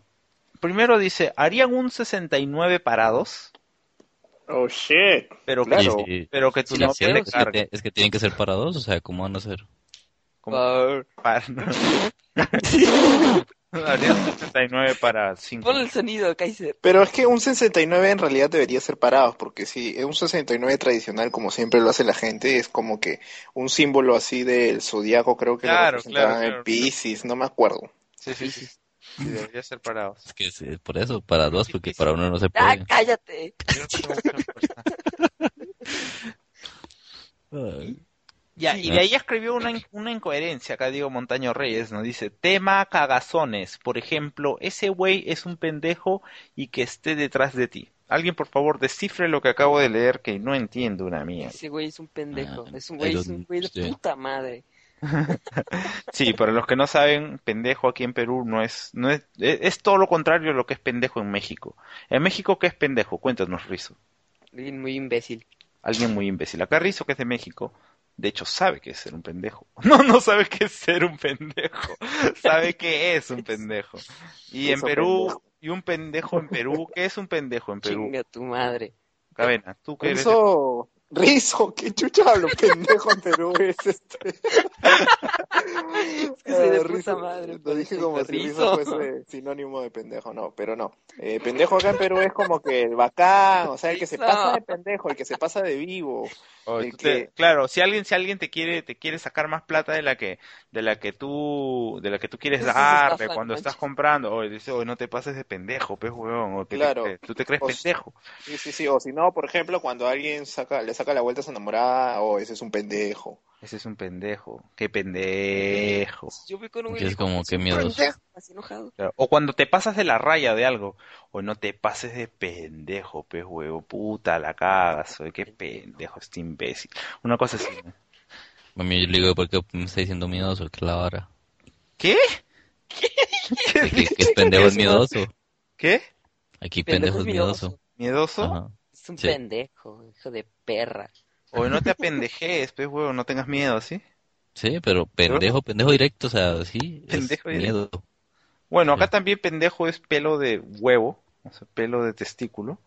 A: Primero dice, ¿harían un 69 parados?
D: Oh shit.
A: Pero que,
D: Claro.
C: Sí, sí.
A: pero que tú
C: Sí,
A: no te
C: la hicieron, es, que
A: cargue.
C: te- es que tienen que ser para dos, o sea, ¿cómo van a ser?
A: Como
B: Por-
A: para- Habría 69 para 5.
B: Pon el sonido, Kaiser.
D: Pero es que un 69 en realidad debería ser parados, porque si es un 69 tradicional, como siempre lo hace la gente, es como que un símbolo así del zodiaco, creo que lo
A: Claro,
D: representaban
A: claro,
D: en
A: claro.
D: Piscis, no me acuerdo.
A: Sí, sí, sí. Sí, Debería ser parados.
C: Es que es- es por eso, para dos, porque para uno no se
B: ¡Ah,
C: puede.
B: cállate!
A: Yo no tengo mucha fuerza.
C: Ay.
A: Ya, y de ahí escribió una, in- una incoherencia acá Diego Montaño Reyes, nos dice, tema cagazones, por ejemplo, ese güey es un pendejo y que esté detrás de ti. Alguien, por favor, descifre lo que acabo de leer que no entiendo una mía.
B: Ese güey es un pendejo.
C: Ah,
B: es un güey, es un güey de
C: sí.
B: puta madre.
A: Sí, para los que no saben, pendejo aquí en Perú no es, no es, es, es todo lo contrario a lo que es pendejo en México. En México, ¿qué es pendejo? Cuéntanos, Rizo.
B: Alguien muy imbécil.
A: Alguien muy imbécil. Acá Rizo, que es de México, de hecho sabe que es ser un pendejo. No, no sabe qué es ser un pendejo. Sabe que es un pendejo. Y
D: Es
A: en
D: un
A: Perú,
D: pendejo.
A: y un pendejo en Perú, ¿qué es un pendejo en Perú?
B: Chinga tu madre.
A: Cabena, tú que eres...
D: Rizo, Rizo, qué chucha lo pendejo en Perú es este.
B: que soy de
D: Eh,
B: puta
D: Rizo,
B: madre,
D: Lo dije
B: parece
D: como si
B: Rizo.
D: Rizo fuese sinónimo de pendejo, no, pero no. Eh, pendejo acá en Perú es como que el bacán, o sea, el que se
B: Rizo.
D: pasa de pendejo, el que se pasa de vivo.
A: Oh,
D: de
A: tú te-
D: que-
A: claro, si alguien, si alguien te quiere, te quiere sacar más plata de la que, de la que tú, de la que tú quieres
B: Eso es
A: darle
B: estafa, no
A: cuando estás
B: manches.
A: comprando, o dice, "Oye, no te pases de pendejo, pues huevón, o que te
D: Claro.
A: crees- tú te crees
D: O-
A: pendejo.
D: Sí, sí, sí. O si no, por ejemplo, cuando alguien saca, le saca la vuelta a su enamorada, o ese es un pendejo.
A: Ese es un pendejo, qué pendejo.
B: Yo voy con un
C: Que es
B: hijo,
C: como que
B: un
C: miedoso.
B: pendejo, Así enojado.
A: Claro, O cuando te pasas de la raya de algo, o no te pases de pendejo, pues huevón, puta, la cagas, oye, qué pendejo este imbécil. Una cosa así. ¿no?
C: A mí yo le digo, ¿por qué me está diciendo miedoso? Que la vara.
A: ¿Qué?
C: Que, que es pendejo es
D: Eso.
C: miedoso.
A: ¿Qué?
C: Aquí pendejo es miedoso.
A: ¿Miedoso?
C: Ajá.
B: Es un
C: Sí.
B: pendejo, hijo de perra.
A: O no te apendejes, pues huevón, no tengas miedo, ¿sí?
C: Sí, pero pendejo, pendejo directo, o sea, sí, es
A: Pendejo directo.
C: miedo.
A: Bueno, acá
C: Sí.
A: también pendejo es pelo de huevo, o sea, pelo de testículo.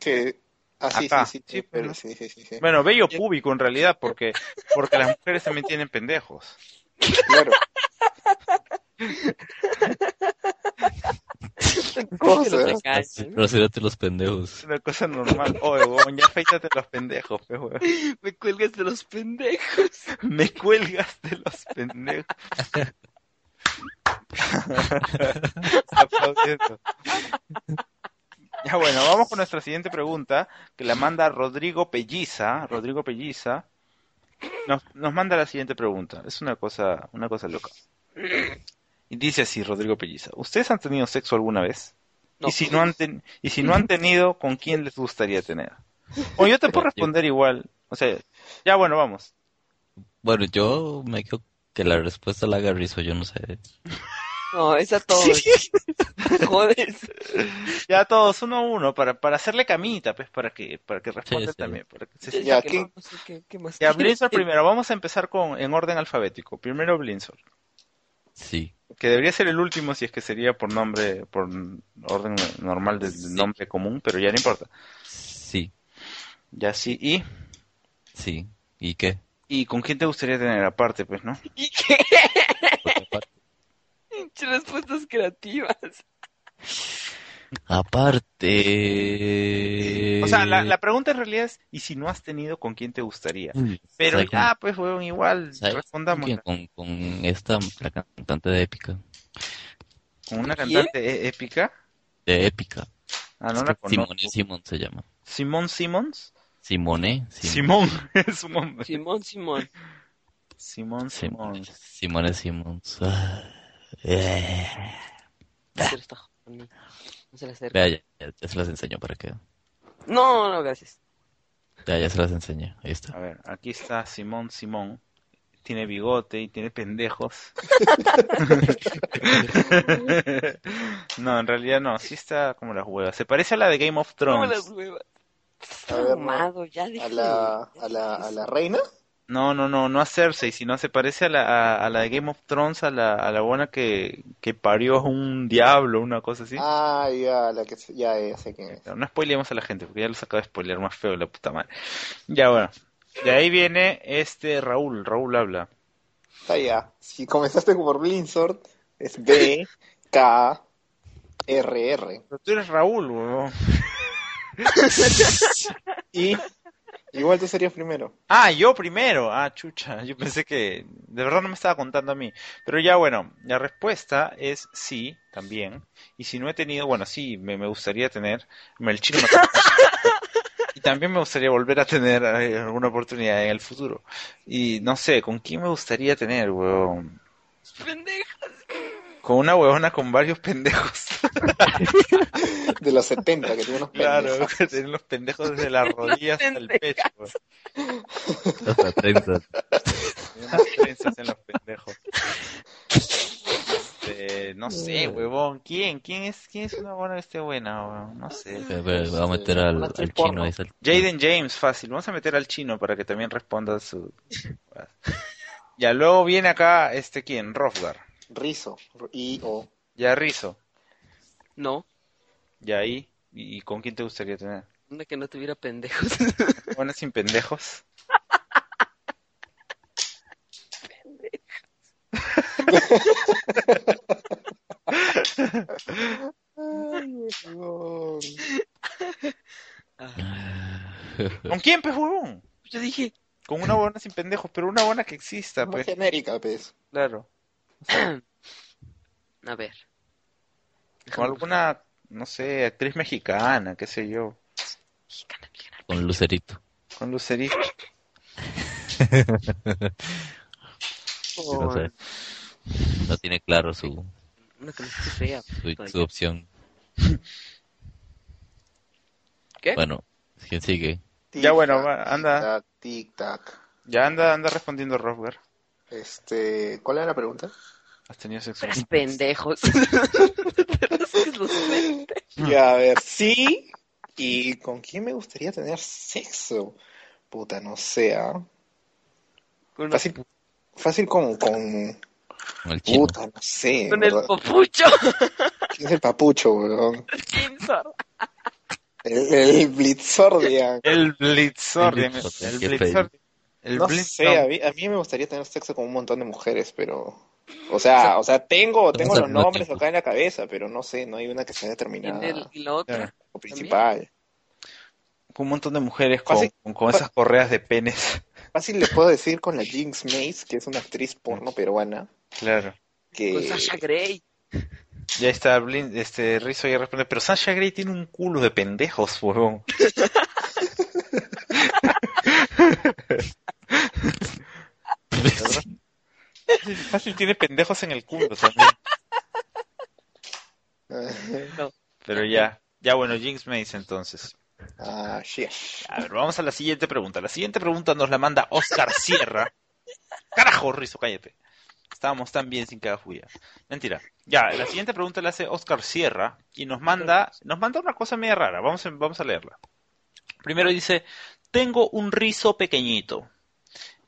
D: Que. Ah, sí,
A: Acá.
D: sí, sí,
A: Sí,
D: sí, pero
A: ¿no?
D: sí, sí, sí, sí.
A: Bueno, bello púbico en realidad, porque, porque las mujeres también tienen pendejos.
D: Claro.
B: Que no
D: Cosa.
B: te
A: ¿eh?
B: calles.
C: Pero acérate los pendejos.
A: Es una cosa normal. Oye, huevón, ya afeítate los pendejos, pues, huevón.
B: Me cuelgas de los pendejos.
A: Me cuelgas de los pendejos. Aplaudiendo. Ya bueno, vamos con nuestra siguiente pregunta, que la manda Rodrigo Pelliza. Rodrigo Pelliza nos, nos manda la siguiente pregunta. Es una cosa, una cosa loca. Y dice así, Rodrigo Pelliza, ¿ustedes han tenido sexo alguna vez?
B: No.
A: y si no han ten- y si no han tenido, ¿con quién les gustaría tener? O yo te puedo responder igual. O sea, ya bueno, vamos.
C: Bueno, yo me quedo que la respuesta la haga Rizzo, yo no sé.
B: No, es a todos. Jodes.
A: Ya todos, uno a uno, para, para hacerle camita, pues, para que, para que responda
C: Sí, sí.
A: también. Para que se
B: Ya,
A: sienta-
D: Ya,
B: que
D: ¿qué-
B: no, no sé qué- qué más
A: Ya,
B: quieres.
A: Blinzor primero, vamos a empezar con, en orden alfabético. Primero Blinzor,
C: Sí.
A: que debería ser el último si es que sería por nombre, por orden normal del
C: Sí.
A: nombre común, pero ya no importa.
C: Sí,
A: Ya sí, y
C: sí. ¿Y qué?
A: ¿Y con quién te gustaría tener aparte, pues, no?
B: ¿Y qué? Pinche Respuestas creativas.
C: Aparte.
A: O sea,
C: Eh.
A: la, la pregunta en realidad es, ¿y si no has tenido con quién te gustaría?
C: Uy,
A: Pero
C: ¿sabes con-
A: ya, pues, huevón, igual,
C: ¿sabes con
A: respondamos.
C: quién? Con, con esta, la cantante de épica.
A: ¿Con una
B: ¿Quién?
A: cantante e- épica?
C: De épica.
A: Ah, no la conozco.
C: Simone, Simón se llama.
A: ¿Simón Simons?
C: Simone, Simón.
A: Simón, es un hombre.
B: Simón, Simón.
A: Simón
C: Simone,
A: Simón.
C: Simone, Simón. Ah, eh. Ah.
B: Pero está jodido. No se le acerca.
C: Vea, ya, ya- ya se las enseño para que.
B: No, no, gracias.
C: Ya, ya se las enseño. Ahí
A: A
C: está.
A: ver, aquí está Simón Simón. Tiene bigote y tiene pendejos. no, en realidad no. Sí está como las huevas. Se parece a la de Game of
B: No me las
A: Thrones.
B: huevas.
D: A ver, no.
B: Fumado, ya
D: ¿A
B: déjalo.
D: la, a la, a la reina?
A: No, no, no, no a Cersei, sino se parece a la, a, a la de Game of Thrones, a la, a la buena que, que parió un diablo, una cosa así. Eh,
D: Ah, ya, la que se- ya, ya sé quién es.
A: No spoileemos a la gente, porque ya los acabo de spoilear más feo la puta madre. Ya bueno. De ahí viene este Raúl, Raúl habla.
D: Está ya. Si comenzaste por Blindsort, es B, K, R, R.
A: Pero tú eres Raúl, huevón.
D: Y igual tú serías primero.
A: Ah, yo primero. Ah, chucha. Yo pensé que de verdad no me estaba contando a mí. Pero ya bueno, la respuesta es sí, también. Y si no he tenido, bueno, sí, me, me gustaría tener Melchor Macapagal. Y también me gustaría volver a tener eh, alguna oportunidad en el futuro. Y no sé, ¿con quién me gustaría tener, huevón?
B: Pendeja.
A: Con una huevona con varios pendejos.
D: De los 70, que tiene unos
A: Claro,
D: pendejos.
A: que tienen los pendejos desde las rodillas hasta el pecho. güey.
C: Hasta trenza.
A: Tienen unas trenzas en los pendejos. Este, no sé, huevón. ¿Quién? ¿Quién es, quién es una buena que esté buena, huevón? No sé.
C: Espera, espera, Voy a meter al,
D: Una
C: al
D: porno.
C: chino. ahí está el-
A: Jaden James, fácil. Vamos a meter al chino para que también responda su... Ya luego viene acá, este, ¿quién? Rofgar.
D: Rizo. I, O.
A: Ya Rizo.
B: No,
A: Ya ahí. ¿Y con quién te gustaría tener?
B: una que no tuviera pendejos.
A: Buenas sin pendejos. Ah. ¿Con quién, pues, huevón?
B: Yo dije,
A: Con una buena sin pendejos, pero una buena que exista,
D: Más
A: pues.
D: genérica, pues.
A: Claro.
B: a ver.
A: Con alguna, no sé, actriz mexicana, qué sé yo.
B: Mexicana, mexicana.
C: Con lucerito.
A: Con Lucerito.
C: No sé. No tiene claro su,
B: Una que no esté fea. pues,
C: su,
B: puta,
C: su opción.
B: ¿Qué?
C: Bueno, ¿quién sigue?
A: Ya, bueno, va, anda.
D: Tic tac, tic tac.
A: Ya anda, anda respondiendo Rosberg.
D: Este, ¿cuál era la pregunta?
A: Has tenido sexo.
B: Pero es
A: con-
B: pendejos. Pero es que los pendejos.
A: Hmm.
D: Ya, a ver, sí. ¿Y con quién me gustaría tener sexo? Puta, no sé, ¿ah?
B: Con-
D: Fácil, fácil como con...
C: Con el chino.
D: Puta, no sé. en
B: Con el
D: verdad.
B: popucho.
D: ¿Quién es el papucho, weón?
B: Pinzor.
D: El, el Blitzordian.
A: El Blitzordian.
C: El Blitzordian,
A: El
C: qué
A: Blitzordian. El
D: No sé, a
A: Blitzordian.
D: mí, a mí me gustaría tener sexo con un montón de mujeres, pero... O sea, o sea, tengo, tengo
C: al
D: los
C: mismo
D: nombres
C: tiempo.
D: acá en la cabeza, pero no sé, no hay una que sea
B: Y en el-
D: determinada
B: y la otra.
D: o principal.
A: Con un montón de mujeres con,
D: Fácil.
A: con, con esas correas de penes.
D: Fácil les puedo decir con la Jinx Mace, que es una actriz porno peruana,
A: Claro.
B: Con
D: que...
B: Sasha Grey.
A: Ya está Blin- este Rizzo ya responde. Pero Sasha Grey tiene un culo de pendejos, huevón. Fácil tiene pendejos en el culo también. Pero ya. Ya bueno, Jinx Mace entonces.
D: Ah, shit.
A: A ver, vamos a la siguiente pregunta. La siguiente pregunta nos la manda Oscar Sierra. Carajo, Rizo, cállate. Estábamos tan bien sin cada furia. Mentira. Ya, la siguiente pregunta la hace Oscar Sierra y nos manda, nos manda una cosa media rara. Vamos a, vamos a leerla. Primero dice, tengo un rizo pequeñito,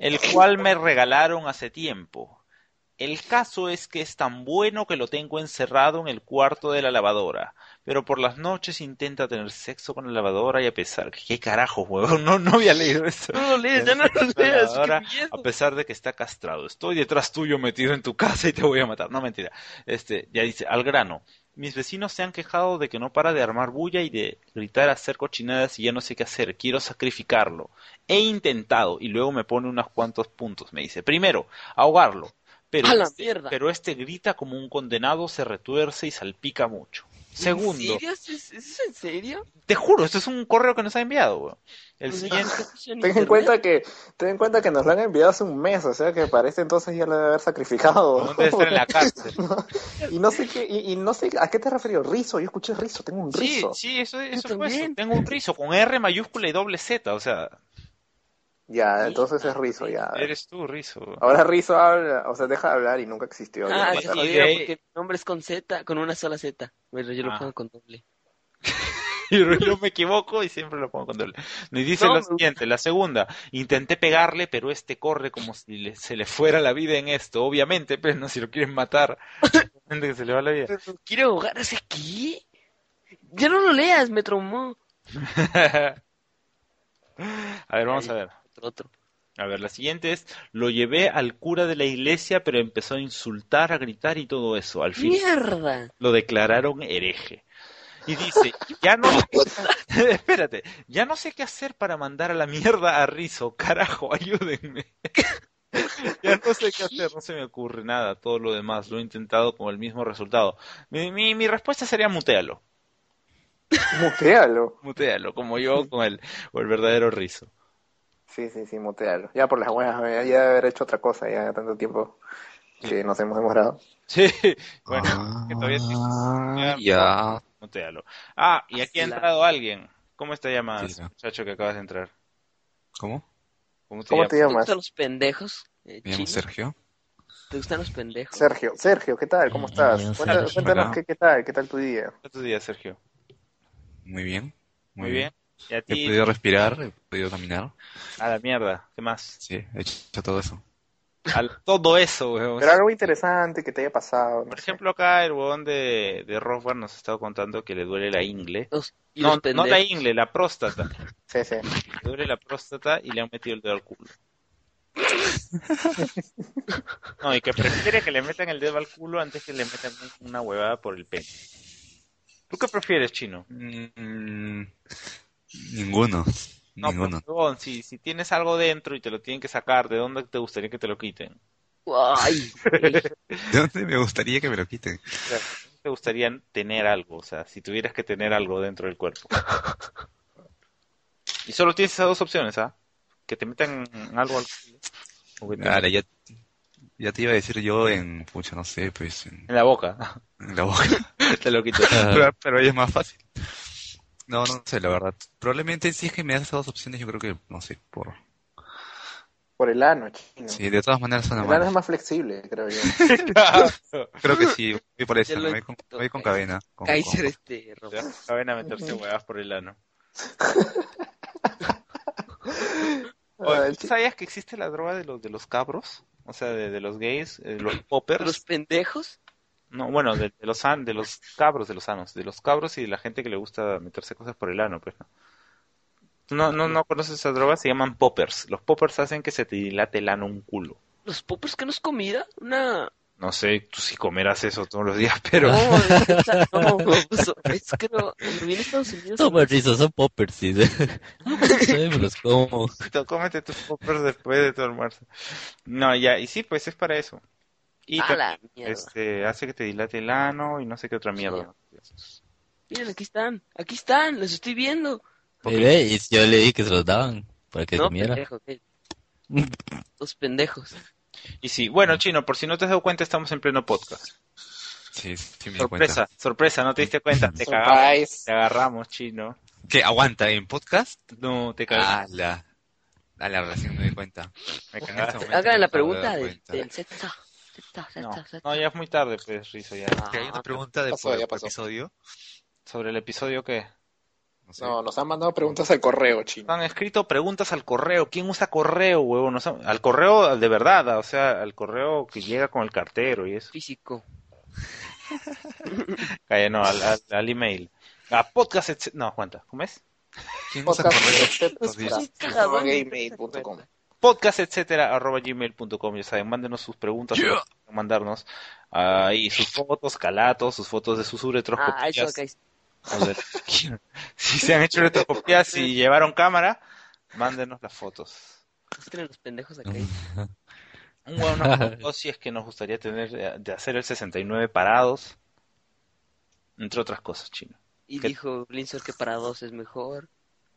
A: el cual me regalaron hace tiempo. El caso es que es tan bueno que lo tengo encerrado en el cuarto de la lavadora. Pero por las noches intenta tener sexo con la lavadora y a pesar... ¿Qué carajo, huevón? No, no había leído eso.
B: No lo lees, ya no lo leas. qué
A: Ahora,
B: miedo.
A: a pesar de que está castrado. Estoy detrás tuyo metido en tu casa y te voy a matar. No, mentira. Este, ya dice, al grano. Mis vecinos se han quejado de que no para de armar bulla y de gritar hacer cochinadas y ya no sé qué hacer. Quiero sacrificarlo. He intentado y luego me pone unos cuantos puntos. Me dice, primero, ahogarlo. Pero,
B: ¡A la
A: este,
B: mierda!
A: pero este grita como un condenado, se retuerce y salpica mucho. Segundo,
B: ¿En serio? ¿Es, es- es en serio?
A: te juro, esto es un correo que nos ha enviado. weón. El
B: Pues,
A: siguiente,
B: ¿en
D: Ten en
B: internet?
D: cuenta que, ten en cuenta que nos lo han enviado hace un mes, o sea que para este entonces ya lo debe haber sacrificado.
A: aún debe estar en la cárcel.
D: y no sé qué, y, y no sé a qué te refiero, rizo, yo escuché rizo, tengo un
A: Sí,
D: rizo.
A: sí, eso, eso fue eso.
B: también.
A: Tengo un rizo con R mayúscula y doble Z, o sea,
D: Ya, entonces es rizo, ya.
A: eres tú, rizo.
D: Ahora rizo habla, o sea, deja de hablar y nunca existió. ya,
B: Ah,
D: mátalo.
B: se
A: matar.
B: jodieron
A: Y de-
B: porque mi nombre es con Z, con una sola Z. Pero yo lo
A: Ah.
B: pongo con doble.
A: Pero yo me equivoco y siempre lo pongo con doble. Me dice
B: No,
A: lo
B: me-
A: siguiente, la segunda, intenté pegarle, pero este corre como si le- se le fuera la vida en esto, obviamente, pero no, si lo quieren matar, obviamente que se le va la vida.
B: Pero quiero ahogar, ¿hace qué? Ya no lo leas, me traumó.
A: A ver, vamos a ver.
B: Otro, otro.
A: A ver, la siguiente es, lo llevé al cura de la iglesia, pero empezó a insultar, a gritar y todo eso. Al fin,
B: ¡Mierda!
A: lo declararon hereje. Y dice, ya no... Espérate, ya no sé qué hacer para mandar a la mierda a Rizo, carajo, ayúdenme. ya no sé qué hacer, no se me ocurre nada, todo lo demás, lo he intentado con el mismo resultado. Mi, mi, mi respuesta sería mutealo,
D: Mutealo.
A: mutealo, como yo con el, o el verdadero Rizo.
D: Sí, sí, sí, mutealo. Ya por las buenas, ya ya debe haber hecho otra cosa ya tanto tiempo que nos hemos demorado.
A: Sí, bueno, que todavía sí,
C: Ah,
A: sí.
C: ya.
A: mutealo. Ah, y aquí ha
B: Hazla.
A: entrado alguien. ¿Cómo te llamas,
C: Sí, no.
A: muchacho que acabas de entrar?
C: ¿Cómo?
A: ¿Cómo te
D: ¿Cómo
A: llamas?
D: te
B: ¿Te
D: llamas?
B: gustan los pendejos? Eh,
C: Me llamo
B: Chino?
C: Sergio.
B: ¿Te gustan los pendejos?
D: Sergio, Sergio, ¿qué tal? ¿Cómo
C: Mm,
D: estás?
C: bien,
D: Cuenta-
C: Sergio,
D: cuéntanos
C: acá.
D: qué, qué tal, qué tal tu día.
A: ¿Cómo está tu día, Sergio?
C: Muy bien.
A: Muy bien. ¿Y a
C: He
A: ti?
C: podido respirar, he podido caminar.
A: A la mierda, ¿qué más?
C: Sí, he hecho todo eso.
A: A la- todo eso, weón.
D: Pero algo interesante que te haya pasado. no
A: Pues Por
D: sé.
A: ejemplo, acá el huevón de, de Roswell nos ha estado contando que le duele la ingle.
B: Los- y
A: No,
B: los
A: no
B: pendejos.
A: la ingle, la próstata.
D: Sí, sí.
A: Le duele la próstata y le han metido el dedo al culo. No, y que prefiere que le metan el dedo al culo antes que le metan un- una huevada por el pene. ¿Tú qué prefieres, chino?
C: Mm, ninguno.
A: No,
C: ninguno.
A: pues, huevón, si, si tienes algo dentro y te lo tienen que sacar, ¿de dónde te gustaría que te lo quiten?
B: Ay, güey.
C: ¿De dónde me gustaría que me lo quiten?
A: O sea, ¿dónde te gustaría tener algo? O sea, si tuvieras que tener algo dentro del cuerpo. Y solo tienes esas dos opciones, ¿ah? Que te metan algo al culo o que te
C: Ahora, ya, ya te iba a decir yo en, pucha, no sé, pues en,
A: en la boca.
C: en la boca.
A: te lo quito.
C: pero, pero ahí es más fácil. No, no sé, la verdad. Probablemente si es que me das esas dos opciones, yo creo que, no sé, por...
D: Por el ano, chino.
C: Sí, de todas maneras son
D: el ano es
C: amables.
D: más flexible, creo yo.
C: Creo que sí, voy por esa,
B: Ya lo
C: me voy con, me voy con cadena. con-
B: Kaiser
C: con-
B: este,
A: Te
B: Román.
A: vas- Saben a meterse huevas por el ano.
D: Ah,
A: Oye,
D: el
A: ¿tú
D: chi-
A: ¿Sabías que existe la droga de los, de los cabros? O sea, de, de los gays, eh, los poppers.
B: ¿Los pendejos?
A: No, bueno, de, de los an- de los cabros, de los anos, de los cabros y de la gente que le gusta meterse cosas por el ano, pues no. No, no, no conoces esas drogas, se llaman poppers. Los poppers hacen que se te dilate el ano un culo.
B: ¿Los poppers que no es comida? Una...
A: No sé, tú si comerás eso todos los días, pero
B: No, o sea, no, baboso. es que no, viví en Estados Unidos...
C: Toma, Rizzo, son poppers, sí. Ay, me los como.
A: Tú cómete tus poppers después de tu almuerzo. No, ya, y sí, pues es para eso. Y
B: A
A: también,
B: la mierda.
A: este, hace que te dilate el ano y no sé qué otra mierda.
B: Miren, aquí están, aquí están, los estoy viendo.
C: Y ve, y yo le dije que se los daban para que
B: no,
C: comiera.
B: pendejo, ¿qué? Los pendejos.
A: Y sí, bueno, chino, por si no te has dado cuenta, estamos en pleno podcast.
C: Sí, sí me di
A: Sorpresa,
C: cuenta.
A: sorpresa, no te diste cuenta, te cagamos.
D: Surprise.
A: Te agarramos, chino.
C: ¿Qué? ¿Aguanta en podcast?
A: No, te cagaste.
C: Ah, la, a la relación me di cuenta.
A: me
C: En este
A: cagaste.
C: momento
B: Hagan la
C: me acabo de
B: pregunta
C: dar
B: del,
C: cuenta.
B: del sexo. Sexo,
A: No,
B: sexo, sexo.
A: no, ya es muy tarde, pues, Rizo, ya.
C: Que hay
B: Ah,
C: una pregunta de
D: Pasó,
C: por,
D: ya
C: por
D: pasó.
C: episodio.
A: Sobre el episodio que...
C: sé.
D: No, nos han mandado preguntas al correo, chino.
A: Han escrito preguntas al correo. ¿Quién usa correo, huevón? Nos han- Al correo de verdad, o sea, al correo que llega con el cartero y eso.
B: Físico.
A: Calla, Eh, no, al, al- al email. A podcast, etc- No, cuenta, ¿cómo es?
C: ¿Quién usa
D: Podcast
C: correo?
D: excepto
C: Dios.
D: para
B: Cagadón.
D: gmail.com.
A: Podcast, etcétera, arroba gmail.com. Ya saben, mándenos sus preguntas,
C: Yeah.
A: sus- mandarnos ahí sus fotos, calatos, sus fotos de sus uretros.
B: Ah, eso, ok.
A: si se han hecho retrocopias, si llevaron cámara, mándenos las fotos.
B: Muestren los pendejos acá.
A: Un huevo nos preguntó si es que nos gustaría tener eh, de hacer el 69 parados, entre otras cosas, chino.
B: Y
A: ¿Qué?
B: dijo Blinzor que para dos es mejor.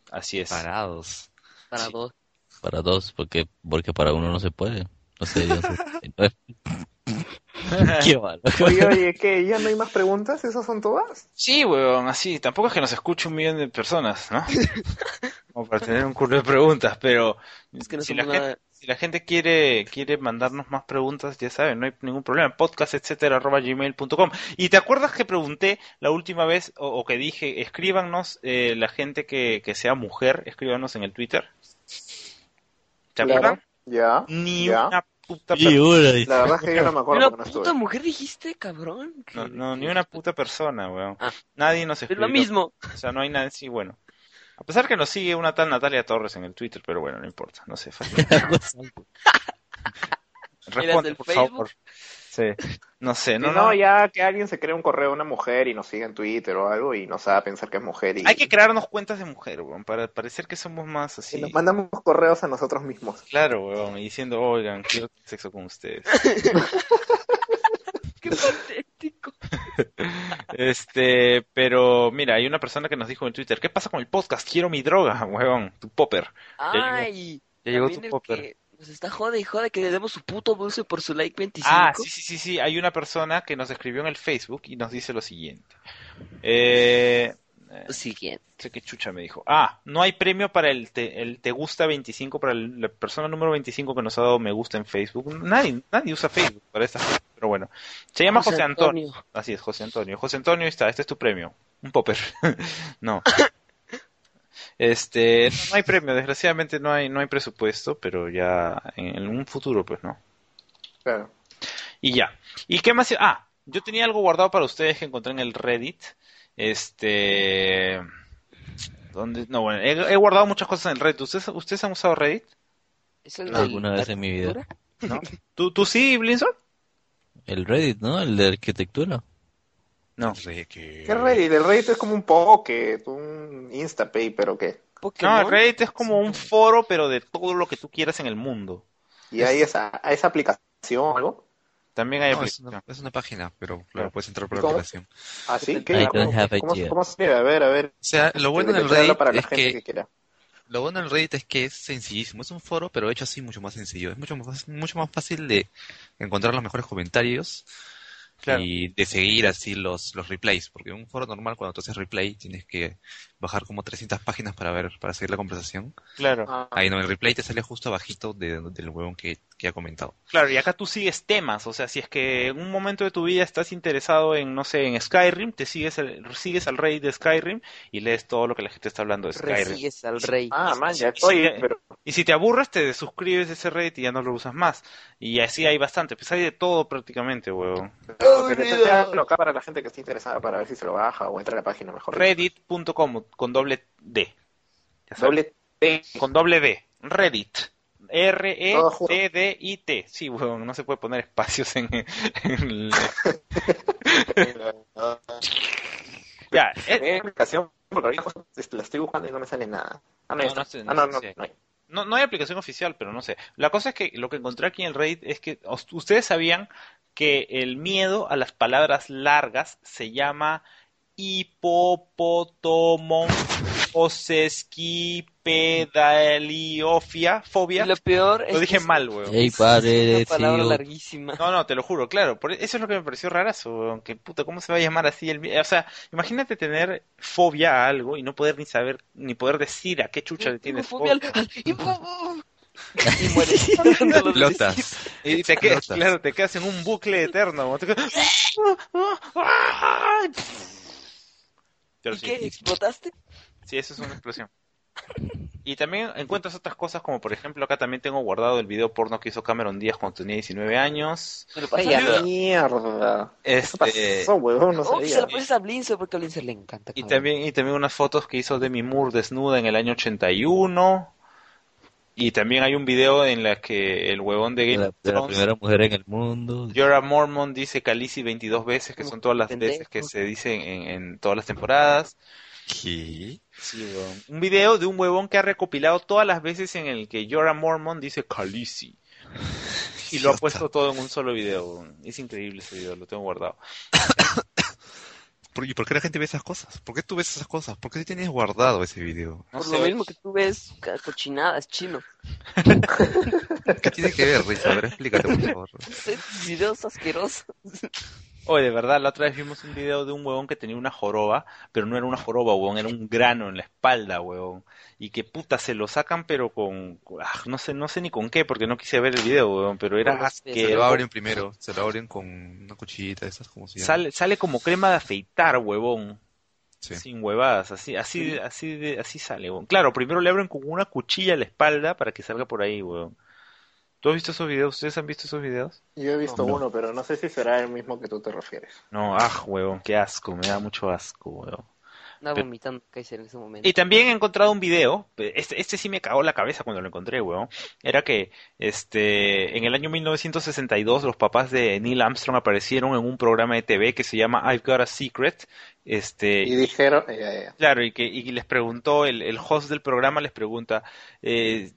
A: Así es.
C: Parados.
B: Para
A: Sí.
B: dos.
C: Para dos, porque, porque para uno no se puede. No sé, yo sé. Qué malo.
D: Oye, oye, ¿qué? ¿Ya no hay más preguntas? ¿Esas son todas?
A: Sí, huevón, así. Tampoco es que nos escuche un millón de personas, ¿no? Como para tener un culo de preguntas, pero
B: Es que no
A: si, la
B: somos
A: gente,
B: nada.
A: si la gente quiere, quiere mandarnos más preguntas, ya saben, no hay ningún problema. Podcast, etcétera, arroba gmail.com. Y te acuerdas que pregunté la última vez, o, o que dije, escríbanos eh, la gente que, que sea mujer, escríbanos en el Twitter. ¿Te
D: Claro.
A: acuerdas?
D: Ya.
A: Ni
D: Ya.
A: una puta
C: Y
A: persona.
C: una, dice.
D: La verdad es que yo no me acuerdo
B: ¿Una
D: porque no
B: puta
D: estuve.
B: mujer dijiste, cabrón?
A: eh. No,
B: Que-
A: no, ni
B: que-
A: una puta persona, weón.
B: Ah.
A: Nadie nos escribe.
B: Es lo mismo.
A: O sea, no hay nadie. Sí, bueno. A pesar que nos sigue una tal Natalia Torres en el Twitter, pero bueno, no importa. No sé. fácil. Responde,
B: del
A: por
B: Facebook?
A: favor. Sí. No sé,
D: Si
A: no,
D: no,
A: no.
D: ya que alguien se cree un correo de una mujer y nos sigue en Twitter o algo y nos haga pensar que es mujer y,
A: Hay que crearnos cuentas de mujer, weón, para parecer que somos más
D: y
A: así.
D: nos mandamos correos a nosotros mismos.
A: Claro, weón, y diciendo, oigan, quiero tener sexo con ustedes.
B: Qué patético.
A: Este, pero mira, hay una persona que nos dijo en Twitter, ¿qué pasa con el podcast? Quiero mi droga, weón, tu popper.
B: Ay.
A: Ya llegó tu
B: también el
A: popper.
B: que Nos está jode y jode que le demos su puto dulce por su like 25.
A: Ah, sí, sí, sí, sí. Hay una persona que nos escribió en el Facebook y nos dice lo siguiente. Eh, eh,
B: Siguiente.
A: sé que chucha me dijo. Ah, no hay premio para el te, el te gusta 25, para el- la persona número 25 que nos ha dado me gusta en Facebook. Nadie, nadie usa Facebook para estas cosas, pero bueno. Se llama José Antonio. Así es, José Antonio. José Antonio, ahí está, este es tu premio. Un popper. no. Este, no, no hay premio, desgraciadamente no hay, no hay presupuesto, pero ya en un futuro, pues, ¿no?
D: Claro.
A: Y ya. ¿Y qué más? Ah, yo tenía algo guardado para ustedes que encontré en el Reddit. Este. ¿Dónde? No, bueno, he, he guardado muchas cosas en el Reddit. ¿Ustedes, ustedes han usado Reddit?
B: ¿Es el
A: No,
B: del-
C: alguna
B: la
C: vez en mi vida.
B: cultura?
A: ¿Tú, tú sí, Blinson?
C: El Reddit, ¿no? El de arquitectura.
A: No.
D: ¿Qué Reddit? El Reddit es como un poke, un Instapay, pero qué.
A: No,
B: Pokémon.
A: el Reddit es como un foro, pero de todo lo que tú quieras en el mundo.
D: ¿Y hay esa, hay esa aplicación o algo?
A: También hay
E: No, es,
A: aplicación.
E: una, es una página, pero claro, puedes entrar por
D: ¿Cómo?
E: aplicación.
D: ¿Así?
C: I
D: ¿Qué?
C: don't
D: ¿Cómo,
C: have
D: cómo-
C: idea.
D: cómo se escribe? A ver, a ver.
E: O sea, lo bueno del
D: Explícalo
E: Reddit
D: para la
E: es
D: gente que,
E: que
D: quiera.
E: lo bueno del Reddit es que es sencillísimo, es un foro, pero hecho así mucho más sencillo. Es mucho más mucho más fácil de encontrar los mejores comentarios
A: Claro.
E: y de seguir así los los replays, porque en un foro normal cuando tú haces replay tienes que bajar como 300 páginas para ver para seguir la conversación.
A: Claro.
D: Ah,
E: Ahí no, el replay te sale justo abajito de- del huevón que, que ha comentado.
A: Claro, y acá tú sigues temas, o sea, si es que en un momento de tu vida estás interesado en, no sé, en Skyrim, te sigues, el- sigues al rey de Skyrim y lees todo lo que la gente está hablando de Skyrim.
B: Resigues al rey.
D: ah, man, ya
A: sí, sí,
D: estoy,
A: sí.
D: pero
A: Y si te aburres, te suscribes a ese Reddit y ya no lo usas más. Y así hay bastante, pues hay de todo prácticamente, huevón.
D: pero entonces hágalo acá para la gente que esté interesada para ver si se lo baja o entra a la página mejor.
A: Reddit.com con doble D. Ya sabes,
D: Doble T.
A: Con doble D. Reddit. E
D: Todo junto.
A: R-E-D-D-I-T. Sí, huevón, no se puede poner espacios en, en el... Ya, eh,
D: Hay aplicación porque ahorita la estoy buscando y no me sale nada. Ah,
A: No,
D: no, ya está.
A: no sé, no
D: Ah, no,
A: sé
D: no,
A: si hay.
D: no hay.
A: No, no hay aplicación oficial, pero no sé. La cosa es que lo que encontré aquí en el Reddit es que os- ustedes sabían que el miedo a las palabras largas se llama hipopotomo osesquipedaliofia,
B: Y
A: fobia.
B: lo peor es
A: Lo dije
B: que
A: mal, weón.
C: Ey,
B: es
C: padre,
B: una palabra
C: tío.
B: larguísima.
A: No, no, te lo juro, claro. por- eso es lo que me pareció rarazo, weón, que puta, ¿cómo se va a llamar así el miedo? O sea, imagínate tener fobia a algo y no poder ni saber, ni poder decir a qué chucha le tienes
B: Homofobia
A: fobia.
B: al- al- Y muere.
E: Lotas.
A: Y te quedas,
E: Notas.
A: claro, te quedas en un bucle eterno. weón. Te quedas- Pero
B: ¿Y
A: sí.
B: qué? ¿Explotaste?
A: Sí, eso es una explosión. Y también encuentras otras cosas como, por ejemplo, acá también tengo guardado el video porno que hizo Cameron Díaz cuando tenía 19 años.
B: Se lo pasas
D: Vaya
B: a-
D: mierda. Eso
A: Este,
D: pasó, huevón, no
B: Oh, que se
D: sabía.
B: lo pases a Blinzer porque a Blinzer le encanta.
A: y,
B: cabrón.
A: también, y también unas fotos que hizo Demi Moore desnuda en el año 81. Y también hay un video en la que el huevón de
C: De
A: Game
C: la,
A: of
C: de la
A: Thrones,
C: primera mujer en el mundo.
A: Jorah Mormon dice Khaleesi 22 veces, que son todas las
B: Pendejo.
A: veces que se dicen en, en todas las temporadas.
E: ¿Qué?
A: Un video de un huevón que ha recopilado todas las veces en el que Jorah Mormon dice Khaleesi. Y lo ha
E: Idiota.
A: puesto todo en un solo video. Es increíble ese video, lo tengo guardado.
E: ¿Por- ¿Y por qué la gente ve esas cosas? ¿Por qué tú ves esas cosas? ¿Por qué tú tienes guardado ese video?
A: No
B: Por
A: sé,
B: lo mismo que tú ves ca- cochinadas, chino.
E: ¿Qué tiene que ver, Richard? A ver, explícate, por favor.
B: Esos Videos asquerosos.
A: Oye, de verdad, la otra vez vimos un video de un huevón que tenía una joroba, pero no era una joroba, huevón, era un grano en la espalda, huevón. Y que puta, se lo sacan, pero con... ah, no sé no sé ni con qué, porque no quise ver el video, huevón, pero era
B: Con los pies,
E: Se lo
A: asqueroso.
E: abren primero, se lo abren con una cuchillita, esas como se llama.
A: Sale, sale como crema de afeitar, huevón.
E: Sí.
A: Sin huevadas, así, así, de- así, de- así sale, huevón. Claro, primero le abren con una cuchilla a la espalda para que salga por ahí, huevón. ¿Tú has visto esos videos? ¿Ustedes han visto esos videos?
D: Yo he visto
A: No, no.
D: uno, pero no sé si será el mismo que tú te refieres.
A: No, ah, huevón, qué asco, me da mucho asco, huevón.
B: Andaba
A: Pero-
B: vomitando Kaiser en ese momento.
A: Y también he encontrado un video, este, este sí me cagó la cabeza cuando lo encontré, weón. Era que este, en el año 1962 los papás de Neil Armstrong aparecieron en un programa de TV que se llama I've Got a Secret. Este,
D: Y dijeron, eh, ya, ya.
A: Claro, y que y les preguntó, el, el host del programa les pregunta, eh,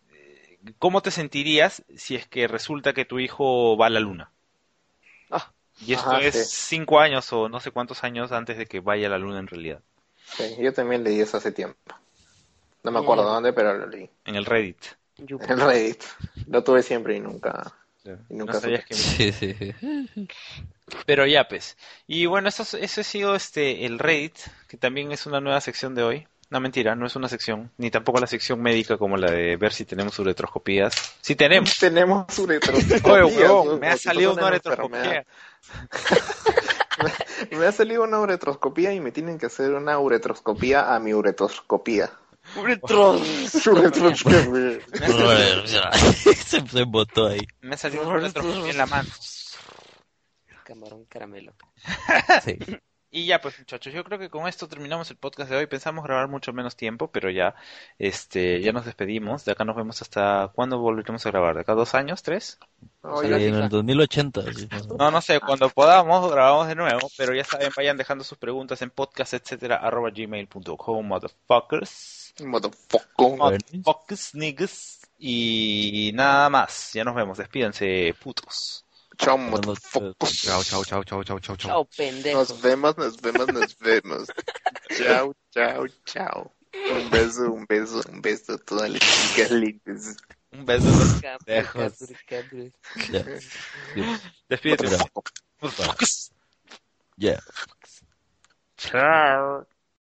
A: ¿cómo te sentirías si es que resulta que tu hijo va a la luna?
B: Ah.
A: y esto
D: Ajá,
A: es
D: sí.
A: cinco años o no sé cuántos años antes de que vaya a la luna en realidad,
D: Sí, yo también leí eso hace tiempo. No me acuerdo
B: Mm.
D: dónde, pero lo leí.
A: en el Reddit.
B: Yupo.
D: En Reddit. Lo tuve siempre y nunca. Y
A: No
D: nunca
A: sabías que...
C: Sí, sí, sí.
A: Pero ya, pues. Y bueno, eso, es- eso ha sido este, el Reddit, que también es una nueva sección de hoy. No, mentira, no es una sección, ni tampoco la sección médica como la de ver si tenemos uretroscopías. Sí tenemos.
D: Tenemos uretroscopía.
A: Oye, huevón,
D: Em. huevón,
A: me ha
D: como si
A: salido
D: fuera
A: una
D: enfermedad.
A: uretroscopía.
D: Me ha salido una uretroscopía y me tienen que hacer una uretroscopía a mi uretroscopía. Uretroscopía.
C: se, se embotó ahí.
A: Me ha salido una uretroscopía en la mano.
B: Camarón caramelo.
C: Sí.
A: Y ya, pues muchachos, yo creo que con esto terminamos el podcast de hoy. Pensamos grabar mucho menos tiempo, pero ya, este, ya nos despedimos. De acá nos vemos hasta cuándo volveremos a grabar. ¿De acá dos años? ¿Tres?
C: Sí,
D: Oye,
C: en el 2080. sí, más o menos.
A: No, no sé, cuando podamos grabamos de nuevo, pero ya saben, vayan dejando sus preguntas en podcast, etcétera, arroba gmail.com, motherfuckers,
D: motherfucker.
A: motherfuckers, niggas, y nada más, ya nos vemos, despídense, putos.
D: Chao,
C: Cuando-
D: motherfuckers.
E: Chao, chao, chao, chao, chao, chao, chao.
B: Chao, pendejo.
D: Nos vemos, nos vemos, nos vemos. chao, chao, chao. Un beso, un beso, un beso um a todas las chicas lindas.
A: Un beso, los
B: Cabres,
A: pendejos.
B: cabres, cabres.
C: Ya.
A: despídete.
C: Ya.
A: Chao.